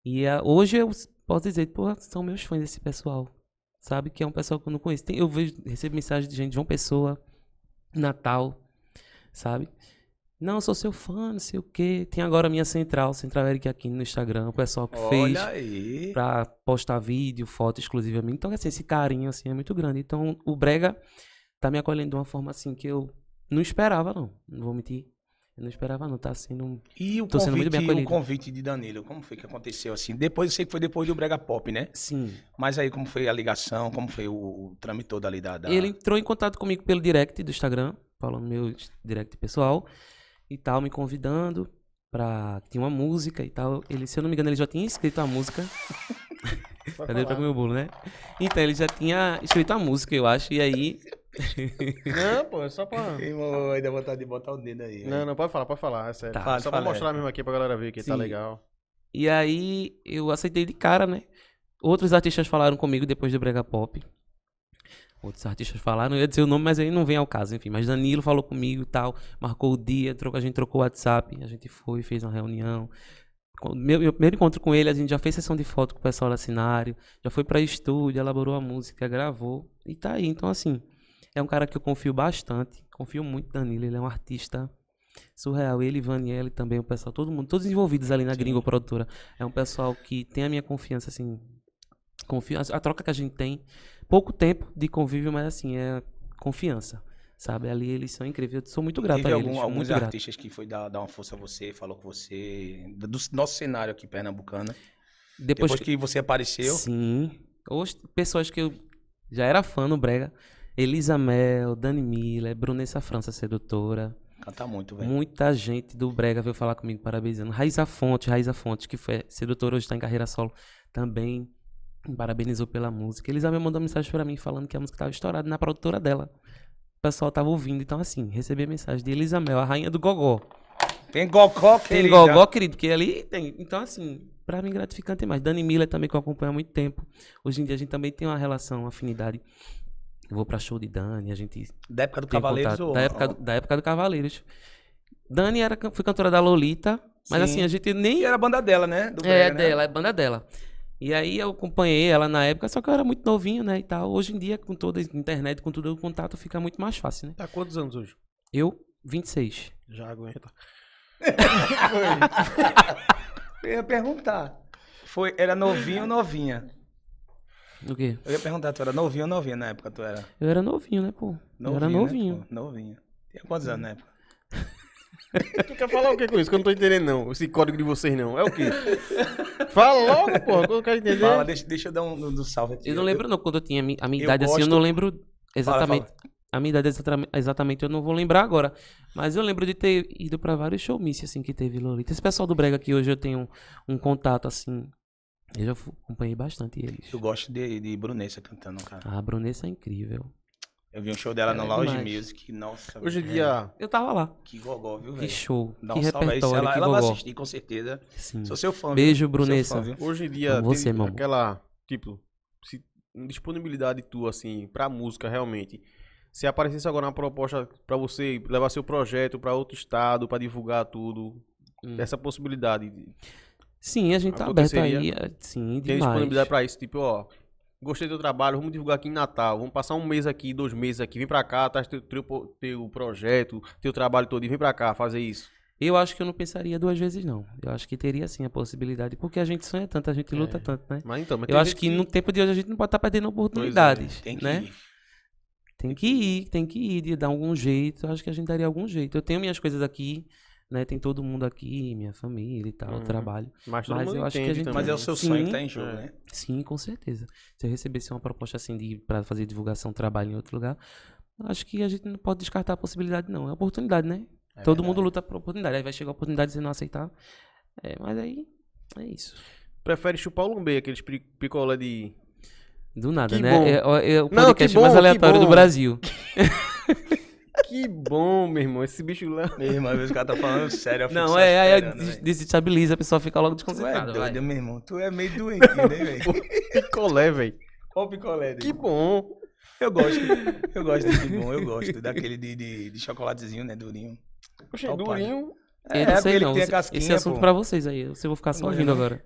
Speaker 3: E ah, hoje eu s- posso dizer, pô, são meus fãs esse pessoal. Sabe? Que é um pessoal que eu não conheço. Tem- eu vejo, recebo mensagem de gente de João Pessoa, Natal, sabe? Não, eu sou seu fã, não sei o quê. Tem agora a minha central, Central Eric aqui no Instagram, o pessoal que fez
Speaker 1: Olha aí.
Speaker 3: pra postar vídeo, foto exclusivamente. Então, assim, esse carinho assim é muito grande. Então, o Brega tá me acolhendo de uma forma assim que eu não esperava, não. Não vou mentir. Eu não esperava, não. Tá sendo.
Speaker 1: E o
Speaker 3: Tô sendo muito bem
Speaker 1: convite, o
Speaker 3: acolhido.
Speaker 1: convite de Danilo, como foi que aconteceu assim? Depois, eu sei que foi depois do Brega Pop, né?
Speaker 3: Sim.
Speaker 1: Mas aí, como foi a ligação? Como foi o, o trâmite todo ali da... da-
Speaker 3: Ele entrou em contato comigo pelo direct do Instagram, falando meu direct pessoal e tal, me convidando pra. Tinha uma música e tal. Ele, se eu não me engano, ele já tinha escrito a música.
Speaker 2: Pode
Speaker 3: Cadê? Tá
Speaker 2: falar.
Speaker 3: com meu bolo, né? Então, ele já tinha escrito a música, eu acho, e aí. Tá
Speaker 2: Não, pô, é só pra.
Speaker 1: Irmão, ainda vontade de botar o dedo aí.
Speaker 2: Não, não, pode falar, pode falar, é sério.
Speaker 3: Tá,
Speaker 2: só pra
Speaker 1: fala,
Speaker 2: mostrar
Speaker 1: é.
Speaker 2: mesmo aqui pra galera ver que tá
Speaker 3: Sim.
Speaker 2: legal.
Speaker 3: E aí eu aceitei de cara, né? Outros artistas falaram comigo depois do Brega Pop. Outros artistas falaram, eu ia dizer o nome, mas aí não vem ao caso, enfim. Mas Danilo falou comigo e tal, marcou o dia, trocou, a gente trocou o WhatsApp, a gente foi, fez uma reunião. Quando- Meu, meu primeiro encontro com ele, a gente já fez sessão de foto com o pessoal da Sinário, já foi pra estúdio, elaborou a música, gravou e tá aí. Então, assim, é um cara que eu confio bastante, confio muito em Danilo, ele é um artista surreal. Ele, Vaniele também, o pessoal, todo mundo, todos envolvidos ali na Gringo Produtora. É um pessoal que tem a minha confiança, assim. Confio, a, a troca que a gente tem, pouco tempo de convívio, mas assim, é confiança. Sabe? Ali eles são incríveis. Eu sou muito grato
Speaker 1: Teve
Speaker 3: a eles.
Speaker 1: algum,
Speaker 3: sou
Speaker 1: alguns
Speaker 3: muito grato.
Speaker 1: artistas que foi dar, dar uma força a você, falou com você, do do nosso cenário aqui pernambucano. Depois,
Speaker 3: Depois, que.
Speaker 1: que você apareceu,
Speaker 3: Sim. Hoje, pessoas que eu já era fã no Brega. Elisa Mel, Dani Miller, Brunessa França, sedutora.
Speaker 1: canta muito, velho.
Speaker 3: Muita gente do Brega veio falar comigo parabenizando. Raiza Fonte, Raiza Fonte, que foi sedutora hoje, está em carreira solo, também me parabenizou pela música. Eles me mandou mensagem para mim falando que a música estava estourada na produtora dela. O pessoal tava ouvindo, então assim, recebi a mensagem de Elisamel, a rainha do gogó.
Speaker 1: Tem Gocó,
Speaker 3: Tem
Speaker 1: querida.
Speaker 3: gogó, querido, porque ali tem. Então assim, para mim gratificante demais. Dani Miller também que eu acompanho há muito tempo. Hoje em dia a gente também tem uma relação, uma afinidade. Eu vou para show de Dani, a gente
Speaker 1: Da época do
Speaker 3: tem
Speaker 1: Cavaleiros
Speaker 3: contato.
Speaker 1: ou...
Speaker 3: da, época, do- da época do Cavaleiros. Dani era, can- foi cantora da Lolita, mas
Speaker 1: Sim.
Speaker 3: assim, a gente nem.
Speaker 1: E era a banda dela, né? Do
Speaker 3: é
Speaker 1: Brega, né?
Speaker 3: dela, é banda dela. E aí eu acompanhei ela na época, só que eu era muito novinho, né? E tal. Hoje em dia, com toda a internet, com tudo, o contato fica muito mais fácil, né?
Speaker 2: Tá quantos anos hoje?
Speaker 3: Eu, 26.
Speaker 2: Já aguenta.
Speaker 1: Eu ia perguntar. Foi, era novinho ou novinha?
Speaker 3: O quê?
Speaker 1: Eu ia perguntar, tu era novinho ou novinha na época? Tu era
Speaker 3: Eu era novinho, né, pô? eu era
Speaker 1: né,
Speaker 3: novinho.
Speaker 1: pô? novinho. Tinha quantos anos na época?
Speaker 2: <laughs> Tu quer falar o que com isso? Que eu não tô entendendo, não. Esse código de vocês, não. É o quê? <laughs> Fala logo, porra, que eu quero entender.
Speaker 1: Fala, deixa, deixa eu dar um, um salve aqui.
Speaker 3: Hum. eu não lembro, não, quando eu tinha a mi- a minha
Speaker 1: eu
Speaker 3: idade, assim, eu
Speaker 1: gosto-
Speaker 3: não lembro exatamente.
Speaker 1: fala.
Speaker 3: A minha idade exatamente, exatamente eu não vou lembrar agora. Mas eu lembro de ter ido pra vários showmícios, assim, que teve Lolita. Esse pessoal do Brega que hoje eu tenho um contato, assim. Eu já fu- acompanhei bastante eles.
Speaker 1: Eu gosto de, de Brunessa cantando, cara.
Speaker 3: A Brunessa é incrível.
Speaker 1: Eu vi um show dela no
Speaker 3: Ela é
Speaker 1: Lounge
Speaker 3: demais.
Speaker 1: Music. Nossa,
Speaker 2: Hoje em
Speaker 1: velho.
Speaker 2: dia.
Speaker 3: Eu tava lá.
Speaker 1: Que gogó, viu,
Speaker 3: Que
Speaker 1: velho?
Speaker 3: show.
Speaker 1: Dá
Speaker 3: que
Speaker 1: um salve aí. Se
Speaker 3: repertório.
Speaker 1: ela,
Speaker 3: que
Speaker 1: ela vai
Speaker 3: gogó.
Speaker 1: assistir, com certeza.
Speaker 3: Sim.
Speaker 1: Sou seu fã, viu?
Speaker 3: Beijo,
Speaker 1: Sou
Speaker 3: Brunessa.
Speaker 1: fã, viu?
Speaker 2: Hoje em dia.
Speaker 3: Como você,
Speaker 2: tem
Speaker 3: meu amor.
Speaker 2: Aquela. Tipo. se- disponibilidade tua, assim, pra música, realmente. Se aparecesse agora uma proposta pra você levar seu projeto pra outro estado, pra divulgar tudo.
Speaker 3: Hum.
Speaker 2: Essa possibilidade. de-
Speaker 3: Sim, a gente tá aberto aí.
Speaker 2: Aconteceria.
Speaker 3: é, Sim,
Speaker 2: Tem disponibilidade
Speaker 3: demais.
Speaker 2: pra isso. Tipo, ó. Gostei do teu trabalho, vamos divulgar aqui em Natal. Vamos passar um mês aqui, dois meses aqui. Vem pra cá, traz teu, teu, teu projeto, teu trabalho todo. Vem pra cá fazer isso.
Speaker 3: Eu acho que eu não pensaria duas vezes, não. Eu acho que teria sim a possibilidade. Porque a gente sonha tanto, a
Speaker 1: É.
Speaker 3: gente luta tanto, né?
Speaker 2: Mas então, mas
Speaker 3: Eu
Speaker 2: tem
Speaker 3: acho
Speaker 2: gente é,
Speaker 3: que no tempo de hoje a gente não pode estar perdendo oportunidades,
Speaker 1: é, Tem que
Speaker 3: né?
Speaker 1: ir.
Speaker 3: Tem que ir, tem que ir, de dar algum jeito. Eu acho que a gente daria algum jeito. Eu tenho minhas coisas aqui, né? Tem todo mundo aqui, minha família e tal,
Speaker 2: Uhum.
Speaker 3: trabalho.
Speaker 2: Mas todo
Speaker 3: Mas
Speaker 2: mundo
Speaker 3: eu acho que a
Speaker 2: entende
Speaker 3: gente-
Speaker 2: também.
Speaker 1: Mas é o seu
Speaker 3: Sim.
Speaker 1: sonho que tá em jogo,
Speaker 2: É.
Speaker 1: né?
Speaker 3: Sim, com certeza. Se eu recebesse uma proposta assim de para fazer divulgação, trabalho em outro lugar, acho que a gente não pode descartar a possibilidade, não. É oportunidade, né? todo
Speaker 1: É
Speaker 3: mundo luta por oportunidade. Aí vai chegar a oportunidade de você não aceitar. É, mas aí é isso.
Speaker 2: Prefere chupar o lombeiro, aqueles pri- picolé de...
Speaker 3: Do nada,
Speaker 2: Que
Speaker 3: né?
Speaker 2: bom.
Speaker 3: É, é- é o
Speaker 2: Não, que
Speaker 3: podcast mais
Speaker 2: bom, que
Speaker 3: aleatório do
Speaker 2: bom.
Speaker 3: Brasil.
Speaker 2: Que bom, meu irmão. Esse bicho lá... é
Speaker 1: Meu irmão, às vezes o cara tá falando sério. eu fico
Speaker 3: Não,
Speaker 1: só
Speaker 3: é, aí
Speaker 1: esperando, né?
Speaker 3: des-
Speaker 1: velho.
Speaker 3: desestabiliza, a pessoa fica logo
Speaker 1: Tu é
Speaker 3: desconcentrada. vai.
Speaker 1: doido, meu irmão. Tu é meio doente, né, velho?
Speaker 2: um Picolé, velho.
Speaker 1: Olha o picolé
Speaker 2: Que
Speaker 1: dele.
Speaker 2: bom.
Speaker 1: Eu gosto. Eu gosto desse bom, eu gosto. Daquele de, de, de chocolatezinho, né? Durinho.
Speaker 2: Oxe,
Speaker 1: Opa.
Speaker 2: durinho.
Speaker 3: Eu não
Speaker 1: porque
Speaker 3: sei
Speaker 1: É, ele tem a
Speaker 3: não. Esse- Esse
Speaker 1: casquinha,
Speaker 3: assunto
Speaker 1: pô.
Speaker 3: pra vocês aí. Eu eu vou ficar só
Speaker 1: Não é,
Speaker 3: ouvindo
Speaker 1: não.
Speaker 3: agora.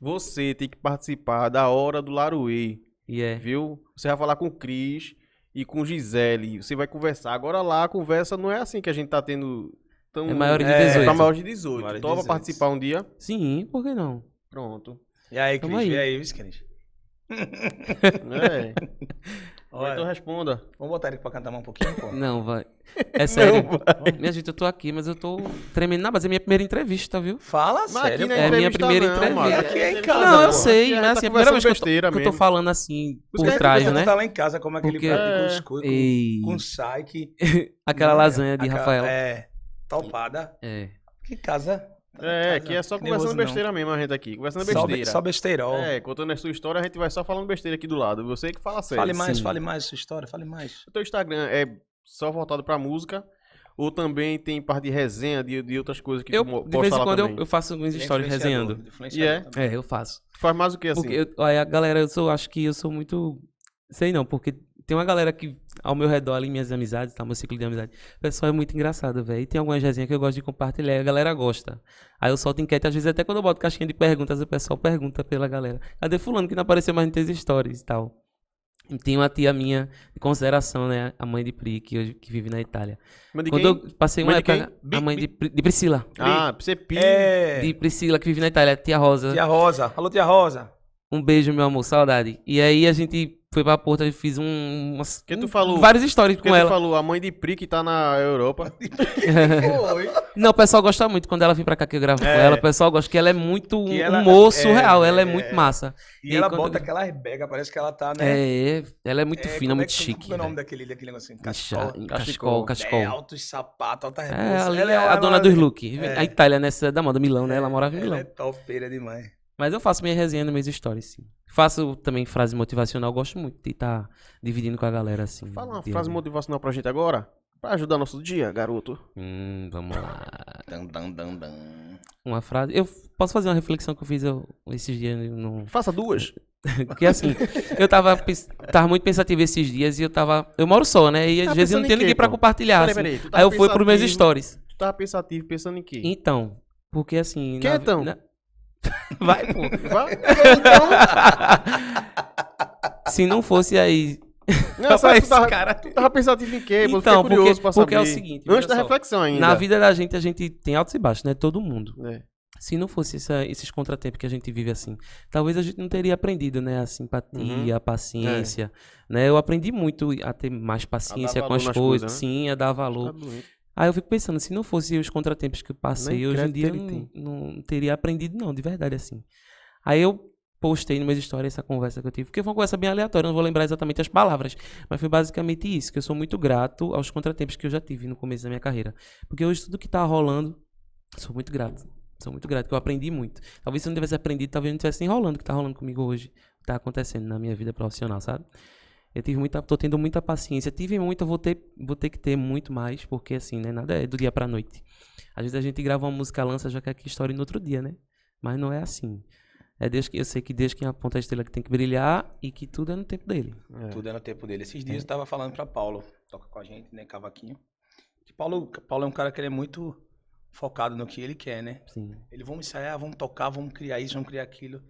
Speaker 2: Você tem que participar da Hora do Laruê,
Speaker 3: E é.
Speaker 2: viu? Você vai falar com o Cris e com Gisele. Você vai conversar. Agora lá, a conversa não é assim que a gente tá tendo... Tão...
Speaker 3: É maior de
Speaker 1: É,
Speaker 3: 18.
Speaker 2: Pra maior de 18.
Speaker 1: Maior de
Speaker 2: Toma
Speaker 1: 18.
Speaker 2: participar um dia?
Speaker 3: Sim, por que não? <laughs>
Speaker 2: Pronto.
Speaker 1: E aí, Cris?
Speaker 3: Tamo aí.
Speaker 1: Vê aí, viu, Cris?
Speaker 2: É. Então
Speaker 1: Olha,
Speaker 2: responda.
Speaker 1: vamos botar ele pra cantar mais um pouquinho, pô.
Speaker 3: Não, vai.
Speaker 1: <laughs>
Speaker 3: É sério.
Speaker 2: vai.
Speaker 3: Minha gente, eu tô aqui, mas eu tô tremendo na base. É minha primeira entrevista, viu?
Speaker 1: Fala
Speaker 2: Mas aqui
Speaker 1: sério,
Speaker 2: né, não
Speaker 1: pô.
Speaker 3: É a minha
Speaker 2: entrevista
Speaker 3: primeira
Speaker 2: não,
Speaker 3: entrevista.
Speaker 2: mano.
Speaker 1: Aqui é em
Speaker 2: entrevista
Speaker 1: casa,
Speaker 3: não, eu
Speaker 1: pô.
Speaker 3: sei,
Speaker 2: Aqui a gente
Speaker 3: mas assim, é
Speaker 2: tá
Speaker 3: a primeira vez que eu, tô,
Speaker 2: conversando
Speaker 3: que eu tô
Speaker 2: besteira
Speaker 3: falando assim,
Speaker 2: Os caras
Speaker 3: por
Speaker 2: que
Speaker 3: trás,
Speaker 1: Você
Speaker 3: né?
Speaker 1: tá lá em casa, como aquele
Speaker 3: Porque-
Speaker 1: prato com
Speaker 2: É.
Speaker 1: escuro, com,
Speaker 3: Ei,
Speaker 1: com sai que-
Speaker 3: aquela lasanha É de
Speaker 1: Aquela-
Speaker 3: Rafael.
Speaker 1: É, topada.
Speaker 3: É.
Speaker 1: Que casa
Speaker 2: É, aqui é só
Speaker 1: Nervoso
Speaker 2: conversando
Speaker 1: não.
Speaker 2: besteira mesmo, a gente aqui. Conversando
Speaker 1: Só, be-
Speaker 2: besteira.
Speaker 1: só besteirol.
Speaker 2: É, contando a sua história, a gente vai só falando besteira aqui do lado. Você que fala sério.
Speaker 1: fale mais,
Speaker 3: sim.
Speaker 1: fale mais sua história, fale mais.
Speaker 2: O teu Instagram é só voltado pra música? Ou também tem parte de resenha, de, de outras coisas que
Speaker 3: Eu,
Speaker 2: mo-
Speaker 3: de
Speaker 2: posta
Speaker 3: vez em
Speaker 2: lá
Speaker 3: quando, eu,
Speaker 2: também?
Speaker 3: eu faço algumas histórias resenhando.
Speaker 2: E é?
Speaker 3: É, eu faço.
Speaker 2: Tu faz mais o que assim?
Speaker 3: Porque, eu, olha, a galera, eu sou, acho que eu sou muito. Sei não, porque tem uma galera que ao meu redor ali, minhas amizades, tá? Meu ciclo de amizade. O pessoal é muito engraçado, velho. E tem algumas resenhas que eu gosto de compartilhar, e a galera gosta. Aí eu solto enquete, às vezes até quando eu boto caixinha de perguntas, o pessoal pergunta pela galera. Cadê Fulano que não apareceu mais nos teus stories e tal? E tem uma tia minha, de consideração, né? A mãe de Pri, que, hoje, que vive na Itália.
Speaker 2: Mas de
Speaker 3: Quando
Speaker 2: quem?
Speaker 3: eu passei uma
Speaker 2: Mãe de
Speaker 3: época.
Speaker 2: quem?
Speaker 3: A
Speaker 2: Bi-
Speaker 3: mãe
Speaker 2: Bi-
Speaker 3: de, Pri- de Priscila.
Speaker 2: Ah, pra você pi...
Speaker 1: É.
Speaker 3: De Priscila, que vive na Itália, tia Rosa.
Speaker 1: Tia Rosa. Alô, tia Rosa.
Speaker 3: Um beijo, meu amor, saudade. E aí a gente foi pra Porto e fiz um, umas.
Speaker 2: Porque tu
Speaker 3: um-
Speaker 2: falou-
Speaker 3: Várias histórias
Speaker 2: Porque
Speaker 3: com
Speaker 2: tu
Speaker 3: ela.
Speaker 2: falou, a mãe de Pri que tá na Europa. Foi.
Speaker 3: Não, o pessoal gosta muito quando ela vem pra cá que eu gravo com
Speaker 1: É.
Speaker 3: ela. O pessoal gosta que ela é muito
Speaker 1: Que
Speaker 3: um
Speaker 1: ela-
Speaker 3: humor
Speaker 1: é,
Speaker 3: surreal. ela é,
Speaker 1: é,
Speaker 3: muito
Speaker 1: é.
Speaker 3: massa.
Speaker 1: E,
Speaker 3: E
Speaker 1: ela
Speaker 3: quando-
Speaker 1: bota aquela rebega, parece que ela tá, né?
Speaker 3: É, ela é muito
Speaker 1: É,
Speaker 3: fina,
Speaker 1: como é
Speaker 3: muito
Speaker 1: que-
Speaker 3: chique.
Speaker 1: Como é
Speaker 3: né?
Speaker 1: o nome
Speaker 3: velho.
Speaker 1: daquele, daquele negócio assim?
Speaker 3: Chá-
Speaker 1: Cachecol.
Speaker 3: Cachecol,
Speaker 1: É,
Speaker 3: cachecol.
Speaker 1: altos sapatos, alta
Speaker 3: É,
Speaker 1: repulsa.
Speaker 3: ali
Speaker 1: Ela
Speaker 3: é a
Speaker 1: ela-
Speaker 3: dona dos looks.
Speaker 1: É.
Speaker 3: A Itália, né? Cidade da moda, Milão, né? Ela morava em
Speaker 1: Ela é
Speaker 3: Milão.
Speaker 1: topeira demais.
Speaker 3: Mas eu faço minha resenha nos meus stories, sim. Faço também frase motivacional. Gosto muito de estar dividindo com a galera, assim.
Speaker 2: Fala uma
Speaker 3: de-
Speaker 2: frase motivacional pra gente agora. Pra ajudar nosso dia, garoto.
Speaker 3: Hum, vamos lá.
Speaker 1: Dan, dan, dan, dan.
Speaker 3: Uma frase. Eu posso fazer uma reflexão que eu fiz eu- esses dias no,
Speaker 2: Faça duas.
Speaker 3: Porque assim, eu tava, pens- tava muito pensativo esses dias e eu tava. Eu moro só, né? E às
Speaker 2: Tá
Speaker 3: vezes eu não
Speaker 2: pensando em
Speaker 3: tenho
Speaker 2: quê,
Speaker 3: ninguém pra
Speaker 2: pô?
Speaker 3: compartilhar.
Speaker 2: Peraí,
Speaker 3: assim.
Speaker 2: peraí, tu tava
Speaker 3: Aí eu fui pros meus
Speaker 2: pensativo.
Speaker 3: stories.
Speaker 2: Tu tava pensativo, pensando em quê?
Speaker 3: Então, porque assim.
Speaker 2: Quem
Speaker 3: na-
Speaker 2: então?
Speaker 3: na- Vai, pô. <laughs>
Speaker 2: Vai. Então,
Speaker 3: Se não fosse aí.
Speaker 2: não, sabe, tu,
Speaker 3: Esse
Speaker 2: tava,
Speaker 3: cara-
Speaker 2: tu tava pensativo em quê? Pô? Eu fiquei
Speaker 3: é Então, porque-
Speaker 2: curioso pra saber.
Speaker 3: porque é o seguinte,
Speaker 2: Antes
Speaker 3: veja
Speaker 2: da
Speaker 3: só.
Speaker 2: reflexão ainda.
Speaker 3: Na vida da gente, a gente tem altos e baixos, né? Todo mundo.
Speaker 2: É.
Speaker 3: Se não fosse essa- esses contratempos que a gente vive assim, talvez a gente não teria aprendido, né? A simpatia,
Speaker 2: Uhum.
Speaker 3: a paciência. Né? Eu aprendi muito a ter mais paciência
Speaker 2: valor
Speaker 3: com as
Speaker 2: nas
Speaker 3: coisas,
Speaker 2: coisas, né?
Speaker 3: sim, a dar valor.
Speaker 2: Tá doente.
Speaker 3: Aí eu fico pensando, se não fosse os contratempos que eu passei,
Speaker 2: Nem
Speaker 3: hoje em
Speaker 2: crédito
Speaker 3: dia eu
Speaker 2: ele
Speaker 3: não, não teria aprendido, não, de verdade, assim. Aí eu postei no meu story essa conversa que eu tive, porque foi uma conversa bem aleatória, eu não vou lembrar exatamente as palavras, mas foi basicamente isso, que eu sou muito grato aos contratempos que eu já tive no começo da minha carreira. Porque hoje tudo que tá rolando, sou muito grato. Sou muito grato, que eu aprendi muito. Talvez se eu não tivesse aprendido, talvez não estivesse nem rolando o que tá rolando comigo hoje, o que tá acontecendo na minha vida profissional, sabe? Eu tive muita, tô tendo muita paciência. Tive muita, vou ter, vou ter que ter muito mais, porque assim, né? Nada é do dia pra noite. Às vezes a gente grava uma música, lança, já quer que estoure no outro dia, né? Mas não é assim. É Deus que eu sei que Deus quem aponta a estrela que tem que brilhar e que tudo é no tempo dele.
Speaker 2: É.
Speaker 1: Tudo é no tempo dele. Esses dias eu tava falando pra Paulo, toca com a gente, né, cavaquinho. Que Paulo, Paulo é um cara que ele é muito focado no que ele quer, né?
Speaker 3: Sim.
Speaker 1: Ele, vamos ensaiar, vamos tocar, vamos criar isso, vamos criar aquilo.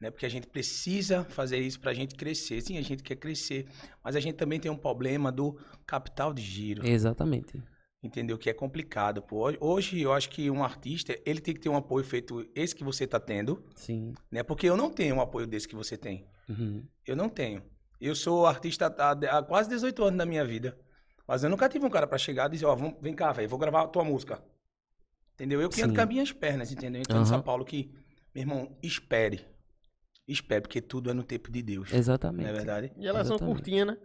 Speaker 1: Né? Porque a gente precisa fazer isso pra gente crescer. Sim, a gente quer crescer. Mas a gente também tem um problema do capital de giro.
Speaker 3: Exatamente.
Speaker 1: Entendeu? Que é complicado. Pô. Hoje- Hoje eu acho que um artista, ele tem que ter um apoio feito esse que você tá tendo,
Speaker 3: Sim.
Speaker 1: né? Porque eu não tenho um apoio desse que você tem.
Speaker 3: Uhum.
Speaker 1: Eu não tenho. Eu sou artista há, há quase 18 anos da minha vida. Mas eu nunca tive um cara pra chegar e dizer, ó, vamos- vem cá, velho, vou gravar a tua música. Entendeu? Eu que ando
Speaker 3: Sim.
Speaker 1: com as minhas pernas, entendeu? Então, em
Speaker 3: Aham.
Speaker 1: São Paulo que, meu irmão, espere. Espere, porque tudo é no tempo de Deus. Não
Speaker 3: Exatamente.
Speaker 1: é verdade? <laughs>
Speaker 2: E elas são
Speaker 3: Exatamente.
Speaker 2: curtinhas, né?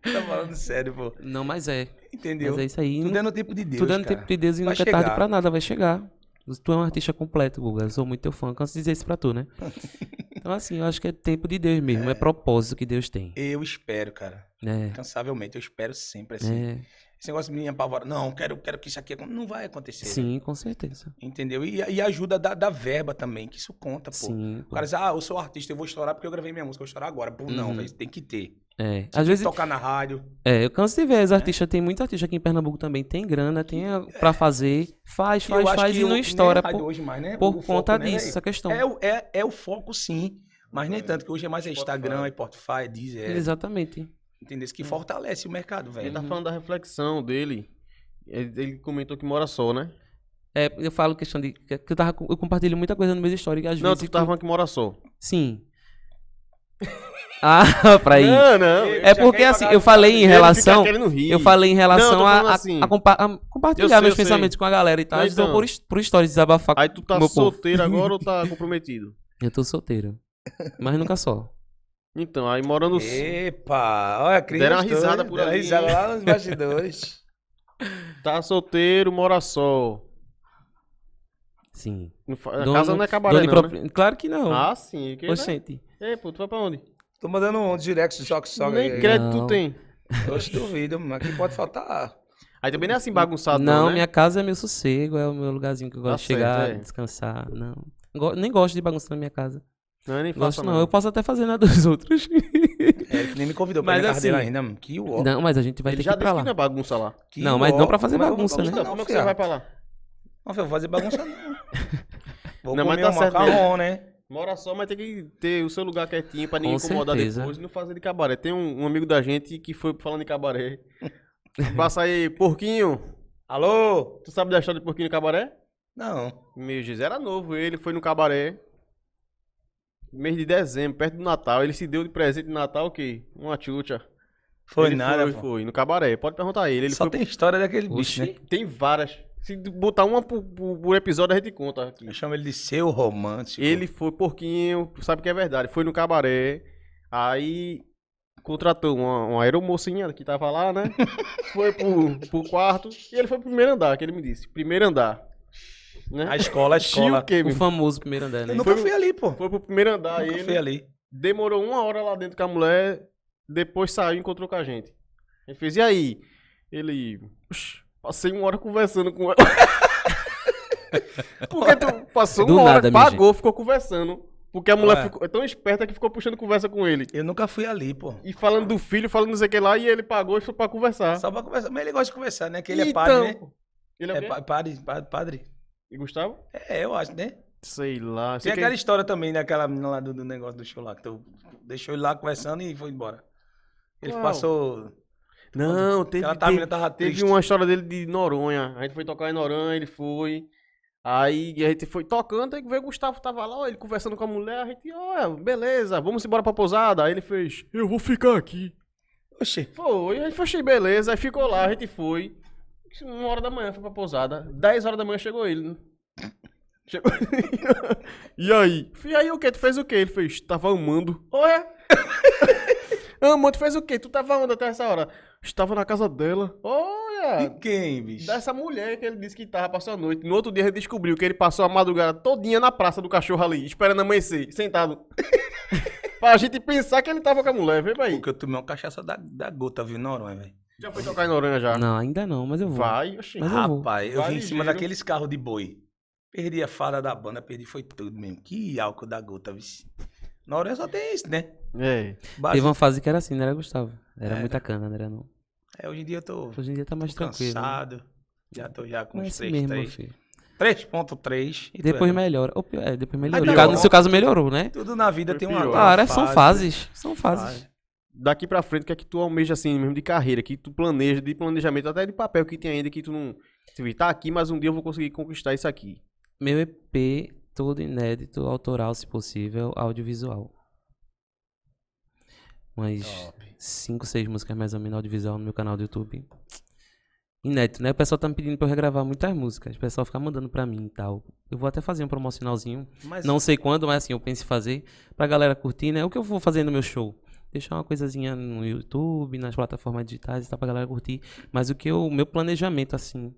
Speaker 1: Tá falando sério, pô.
Speaker 3: Não, mas é.
Speaker 1: Entendeu?
Speaker 3: Mas é isso aí.
Speaker 1: Tudo é no tempo de Deus,
Speaker 3: Tudo é no
Speaker 1: cara.
Speaker 3: tempo de Deus e
Speaker 1: Vai
Speaker 3: nunca é tarde
Speaker 1: chegar.
Speaker 3: pra nada, vai chegar. Tu é um artista completo, Guga. Eu sou muito teu fã. Canso de dizer isso pra tu, né?
Speaker 1: <laughs>
Speaker 3: Então, assim, eu acho que é tempo de Deus mesmo. É, propósito que Deus tem.
Speaker 1: Eu espero, cara.
Speaker 3: né?
Speaker 1: Incansavelmente, eu espero sempre assim.
Speaker 3: É,
Speaker 1: Esse negócio de me apavora. Não, quero, quero que isso aqui acon- não vai acontecer. né?
Speaker 3: sim, com certeza.
Speaker 1: Entendeu? E, e ajuda da, da verba também, que isso conta, Tá, pô.
Speaker 3: Sim.
Speaker 1: O cara diz, ah, eu sou artista, eu vou estourar porque eu gravei minha música, eu vou estourar agora. Pô, não,
Speaker 3: Uhum.
Speaker 1: velho, tem que ter.
Speaker 3: É.
Speaker 1: Tem
Speaker 3: Às vezes,
Speaker 1: que tocar na rádio.
Speaker 3: é, eu canso de ver, os artistas, tem muito artista aqui em Pernambuco também, tem grana, tem a- pra fazer, faz,
Speaker 1: É. E eu
Speaker 3: faz,
Speaker 1: acho
Speaker 3: faz
Speaker 1: que
Speaker 3: e
Speaker 1: o-
Speaker 3: não
Speaker 1: nem
Speaker 3: estoura
Speaker 1: a rádio
Speaker 3: por,
Speaker 1: hoje mais, né?
Speaker 3: por
Speaker 1: O foco,
Speaker 3: conta
Speaker 1: né,
Speaker 3: disso,
Speaker 1: velho?
Speaker 3: essa questão.
Speaker 1: É, o- é, é o foco, sim. Mas nem tanto, que hoje é mais é Instagram, é Spotify, é Deezer, é,
Speaker 3: Exatamente.
Speaker 1: entendeu? Isso que fortalece o mercado,
Speaker 2: Ele
Speaker 1: velho.
Speaker 3: É.
Speaker 2: tá falando da reflexão dele. Ele ele comentou que mora só, né?
Speaker 3: É, eu falo questão de. que eu, tava, com- eu compartilho muita coisa no meu story, que às
Speaker 2: Não,
Speaker 3: vezes.
Speaker 2: tu tava falando que mora só.
Speaker 3: Sim. ah, <laughs> pra ir.
Speaker 2: Não, não.
Speaker 1: Ele já
Speaker 3: É porque
Speaker 1: quer
Speaker 3: assim,
Speaker 1: pagar-
Speaker 3: eu falei em
Speaker 2: Ele
Speaker 3: relação.
Speaker 2: fica querendo rir.
Speaker 3: Eu falei em relação
Speaker 2: Não, eu tô
Speaker 3: a,
Speaker 2: falando
Speaker 3: a-
Speaker 2: assim.
Speaker 3: a compa- a compartilhar
Speaker 2: Eu sei,
Speaker 3: meus
Speaker 2: eu sei.
Speaker 3: pensamentos com a galera e tal.
Speaker 2: Não,
Speaker 3: Então,
Speaker 2: então.
Speaker 3: por, his- por stories desabafar.
Speaker 2: Aí tu tá
Speaker 3: com o meu povo.
Speaker 2: solteiro agora ou
Speaker 3: <laughs>
Speaker 2: tá comprometido?
Speaker 3: Eu tô solteiro. Mas nunca só.
Speaker 2: Então, aí morando.
Speaker 1: Epa, olha a crise.
Speaker 2: Deram uma
Speaker 1: gostou,
Speaker 2: risada
Speaker 1: né?
Speaker 2: por
Speaker 1: Deram uma
Speaker 2: <laughs> ali,
Speaker 1: risada
Speaker 2: hein?
Speaker 1: lá nos bastidores.
Speaker 2: Tá solteiro, mora só.
Speaker 3: Sim.
Speaker 2: Não fa- a
Speaker 3: Dono-
Speaker 2: casa não é cabaré,
Speaker 3: dono de
Speaker 2: não, né?
Speaker 3: propri- Claro que não.
Speaker 2: Ah, sim. Que, né?
Speaker 3: Oxente.
Speaker 2: Ei, pô, tu vai pra onde?
Speaker 1: Tô mandando um direct choque sogra
Speaker 2: Nem
Speaker 1: aí.
Speaker 2: crédito
Speaker 3: Não.
Speaker 2: tu tem.
Speaker 1: Oxe, duvido, mas aqui pode faltar.
Speaker 2: Aí também não é assim bagunçado,
Speaker 3: não,
Speaker 2: né?
Speaker 3: minha casa é meu sossego, é o meu lugarzinho que eu
Speaker 2: Tá
Speaker 3: gosto de chegar,
Speaker 2: certo, é.
Speaker 3: descansar. Não. Go- nem gosto de bagunça na minha casa.
Speaker 2: Não, eu nem faço,
Speaker 3: Gosto não. Eu posso até fazer na <laughs> dos outros.
Speaker 1: É, ele nem me convidou pra
Speaker 3: Mas
Speaker 1: ir na casa dele
Speaker 3: assim-
Speaker 1: ainda, mano. Que uó.
Speaker 3: não, mas a gente vai
Speaker 2: Ele
Speaker 3: ter
Speaker 2: já
Speaker 3: que ir pra
Speaker 2: disse que
Speaker 3: lá.
Speaker 2: não é bagunça lá.
Speaker 1: que
Speaker 3: não, mas
Speaker 1: uó.
Speaker 3: não pra fazer
Speaker 1: Como é que eu vou
Speaker 3: bagunça, né?
Speaker 1: bagunçar,
Speaker 2: Então,
Speaker 1: Não,
Speaker 2: como é que
Speaker 1: fiado?
Speaker 2: você vai pra lá?
Speaker 1: Não, filho, eu vou fazer bagunça
Speaker 2: <laughs>
Speaker 1: não. Vou
Speaker 2: Não, mas
Speaker 1: comer
Speaker 2: tá
Speaker 1: um
Speaker 2: certo
Speaker 1: macarrão, né?
Speaker 2: Mora só, mas tem que ter o seu lugar quietinho pra ninguém
Speaker 3: Com
Speaker 2: incomodar
Speaker 3: certeza.
Speaker 2: depois e não fazer de cabaré. Tem um, um amigo da gente que foi falando de
Speaker 1: <laughs>
Speaker 2: cabaré. Passa aí, porquinho.
Speaker 1: Alô?
Speaker 2: Tu sabe da história do porquinho no cabaré?
Speaker 1: Não.
Speaker 2: Meu Jesus, era novo. Ele foi no cabaré. Mês de dezembro, perto do Natal. Ele se deu de presente de Natal o quê? Uma tchutcha.
Speaker 1: Foi
Speaker 2: Ele
Speaker 1: nada,
Speaker 2: Foi,
Speaker 1: pô.
Speaker 2: foi, no cabaré. Pode perguntar a ele. Ele
Speaker 1: Só
Speaker 2: foi...
Speaker 1: tem história daquele bicho, né?
Speaker 3: Oxi.
Speaker 2: tem várias. Se botar uma por, por- por episódio, a gente conta aqui.
Speaker 1: Eu chamo ele de seu romântico.
Speaker 2: Ele foi porquinho, sabe que é verdade. Foi no cabaré, aí contratou uma, uma aeromocinha que tava lá, né? Foi pro, pro quarto e ele foi pro primeiro andar, que ele me disse. Primeiro andar. Né?
Speaker 1: A escola, a
Speaker 2: Tinha
Speaker 1: escola.
Speaker 2: o quê,
Speaker 3: O
Speaker 2: meu?
Speaker 3: famoso primeiro andar, né?
Speaker 1: Eu nunca
Speaker 2: Foi-
Speaker 1: fui ali, pô.
Speaker 2: Foi pro primeiro andar,
Speaker 1: Nunca fui
Speaker 2: ele
Speaker 1: ali.
Speaker 2: demorou uma hora lá dentro com a mulher, depois saiu e encontrou com a gente. Ele fez, e aí? Ele, "Oxe, passei uma hora conversando com ela. Porque tu passou
Speaker 3: Do
Speaker 2: uma
Speaker 3: nada,
Speaker 2: hora,
Speaker 3: minha
Speaker 2: pagou, ficou conversando. Porque a mulher
Speaker 1: Ué.
Speaker 2: ficou, é tão esperta que ficou puxando conversa com ele.
Speaker 1: <laughs> Eu nunca fui ali, pô.
Speaker 2: E falando do filho, falando não sei o que lá, e ele pagou e foi pra conversar.
Speaker 1: Só pra conversar. Mas ele gosta de conversar, né? Que ele é
Speaker 2: Ah. Então,
Speaker 1: padre, né?
Speaker 2: Ele é, o
Speaker 1: É
Speaker 2: quê?
Speaker 1: pa- padre, pa- padre.
Speaker 2: E Gustavo?
Speaker 1: É, eu acho, né?
Speaker 2: Sei lá.
Speaker 1: Tem aquela história também daquela menina lá do, do negócio do show lá. Que tu deixou ele lá conversando e foi embora. Ele
Speaker 2: Qual?
Speaker 1: passou.
Speaker 2: Não, teve,
Speaker 1: Ela
Speaker 2: teve-
Speaker 1: tava, tava
Speaker 2: Teve
Speaker 1: tá triste.
Speaker 2: uma história dele de Noronha. A gente foi tocar em Noronha, ele foi. Aí a gente foi tocando, aí veio o Gustavo, tava lá, ó, ele conversando com a mulher, a gente, ó, beleza, vamos embora pra pousada. Aí ele fez, eu vou ficar aqui.
Speaker 1: Oxi.
Speaker 2: Foi, a gente foi, achei beleza, aí ficou lá, a gente foi. Uma hora da manhã foi pra pousada. Dez horas da manhã chegou ele, né? Chegou... <laughs> e aí? E aí o que? Tu fez o que? Ele fez, tava amando. <laughs> Olha! Amando, tu fez o que? Tu tava onde até essa hora? Estava na casa dela. Olha!
Speaker 1: E quem, bicho?
Speaker 2: Dessa mulher que ele disse que tava passou a noite. No outro dia ele descobriu que ele passou a madrugada todinha na praça do cachorro ali, esperando amanhecer, <laughs> sentado. pra gente pensar que ele tava com a mulher, vem pra aí.
Speaker 1: Porque eu tomei uma cachaça da, da gota, viu, Noronha, velho.
Speaker 2: Já foi tocar em Noronha já?
Speaker 3: Não, ainda não, mas eu vou.
Speaker 2: Vai, oxi.
Speaker 3: Mas eu vou.
Speaker 1: Rapaz, eu
Speaker 2: Vai
Speaker 1: vim em cima
Speaker 2: ligeiro.
Speaker 1: daqueles carros de boi. Perdi a fada da banda, perdi foi tudo mesmo. Que álcool da gota, vixe. Noronha só tem isso, né?
Speaker 2: É.
Speaker 1: Base...
Speaker 3: Teve uma fase que era assim, não era Gustavo? Era muita cana, não era não.
Speaker 1: É, hoje em dia eu tô
Speaker 3: Hoje em dia tá mais tranquilo. Né?
Speaker 1: cansado. Já tô já com
Speaker 3: Mas é
Speaker 1: uns
Speaker 3: assim mesmo, meu
Speaker 1: 3,
Speaker 3: filho.
Speaker 1: 3.3 e tu
Speaker 3: Depois
Speaker 1: é, né?
Speaker 3: melhora. Ou pior, é, depois melhorou.
Speaker 1: pior,
Speaker 3: No caso-
Speaker 1: né?
Speaker 3: no seu caso melhorou, né?
Speaker 1: Tudo na vida
Speaker 2: Foi
Speaker 1: tem uma
Speaker 2: pior.
Speaker 3: Claro, é,
Speaker 1: uma
Speaker 3: são
Speaker 1: fase.
Speaker 3: fases. São fases.
Speaker 2: Daqui pra frente, o que é que tu almeja assim mesmo de carreira? Que tu planeja, de planejamento, até de papel que tem ainda, que tu não. Tu vê, tá aqui, mas um dia eu vou conseguir conquistar isso aqui.
Speaker 3: Meu EP todo inédito, autoral, se possível, audiovisual. Umas
Speaker 1: Top.
Speaker 3: 5, 6 músicas mais ou menos audiovisual no meu canal do YouTube. Inédito, né? O pessoal tá me pedindo pra eu regravar muitas músicas. O pessoal fica mandando pra mim e tal. Eu vou até fazer um promocionalzinho.
Speaker 1: Mas
Speaker 3: Não sei quando, mas assim, eu penso em fazer pra galera curtir, né? O que eu vou fazer no meu show? Deixar uma coisazinha no YouTube, nas plataformas digitais e tal, pra galera curtir. Mas o que eu, o meu planejamento, assim,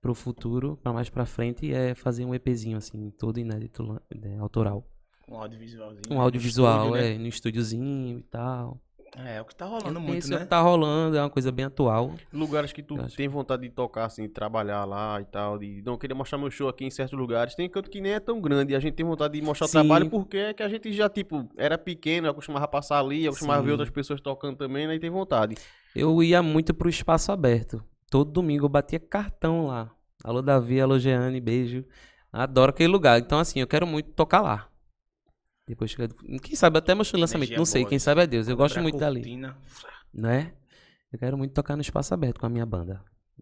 Speaker 3: pro futuro, pra mais pra frente, é fazer um EPzinho, assim, todo inédito, lan- né, autoral.
Speaker 1: um audiovisualzinho.
Speaker 3: Um audiovisual,
Speaker 1: estúdio,
Speaker 3: é, no estúdiozinho e tal.
Speaker 1: né? É, o que tá
Speaker 3: Eu
Speaker 1: rolando
Speaker 3: penso
Speaker 1: muito,
Speaker 3: é o
Speaker 1: né?
Speaker 3: que tá rolando, é uma coisa bem atual.
Speaker 2: Lugares que tu
Speaker 3: Eu acho.
Speaker 2: tem vontade de tocar, assim, de trabalhar lá e tal. De não querer mostrar meu show aqui em certos lugares. Tem canto que nem é tão grande. E a gente tem vontade de mostrar
Speaker 3: Sim.
Speaker 2: trabalho porque é que a gente já, tipo, era pequeno, acostumava a passar ali, acostumava a ver
Speaker 3: Sim.
Speaker 2: outras pessoas tocando também, né? E tem vontade.
Speaker 3: Eu ia muito pro espaço aberto. Todo domingo eu batia cartão lá. Alô, Davi, alô, Jeane, beijo. Adoro aquele lugar. Então, assim, eu quero muito tocar lá. Depois chega. Quem sabe até meu show de lançamento.
Speaker 1: Energia
Speaker 3: Não sei,
Speaker 1: boa,
Speaker 3: quem
Speaker 1: né?
Speaker 3: sabe é Deus. Eu gosto muito dali,
Speaker 1: Cortina.
Speaker 3: né? Eu quero muito tocar no espaço aberto com a minha banda.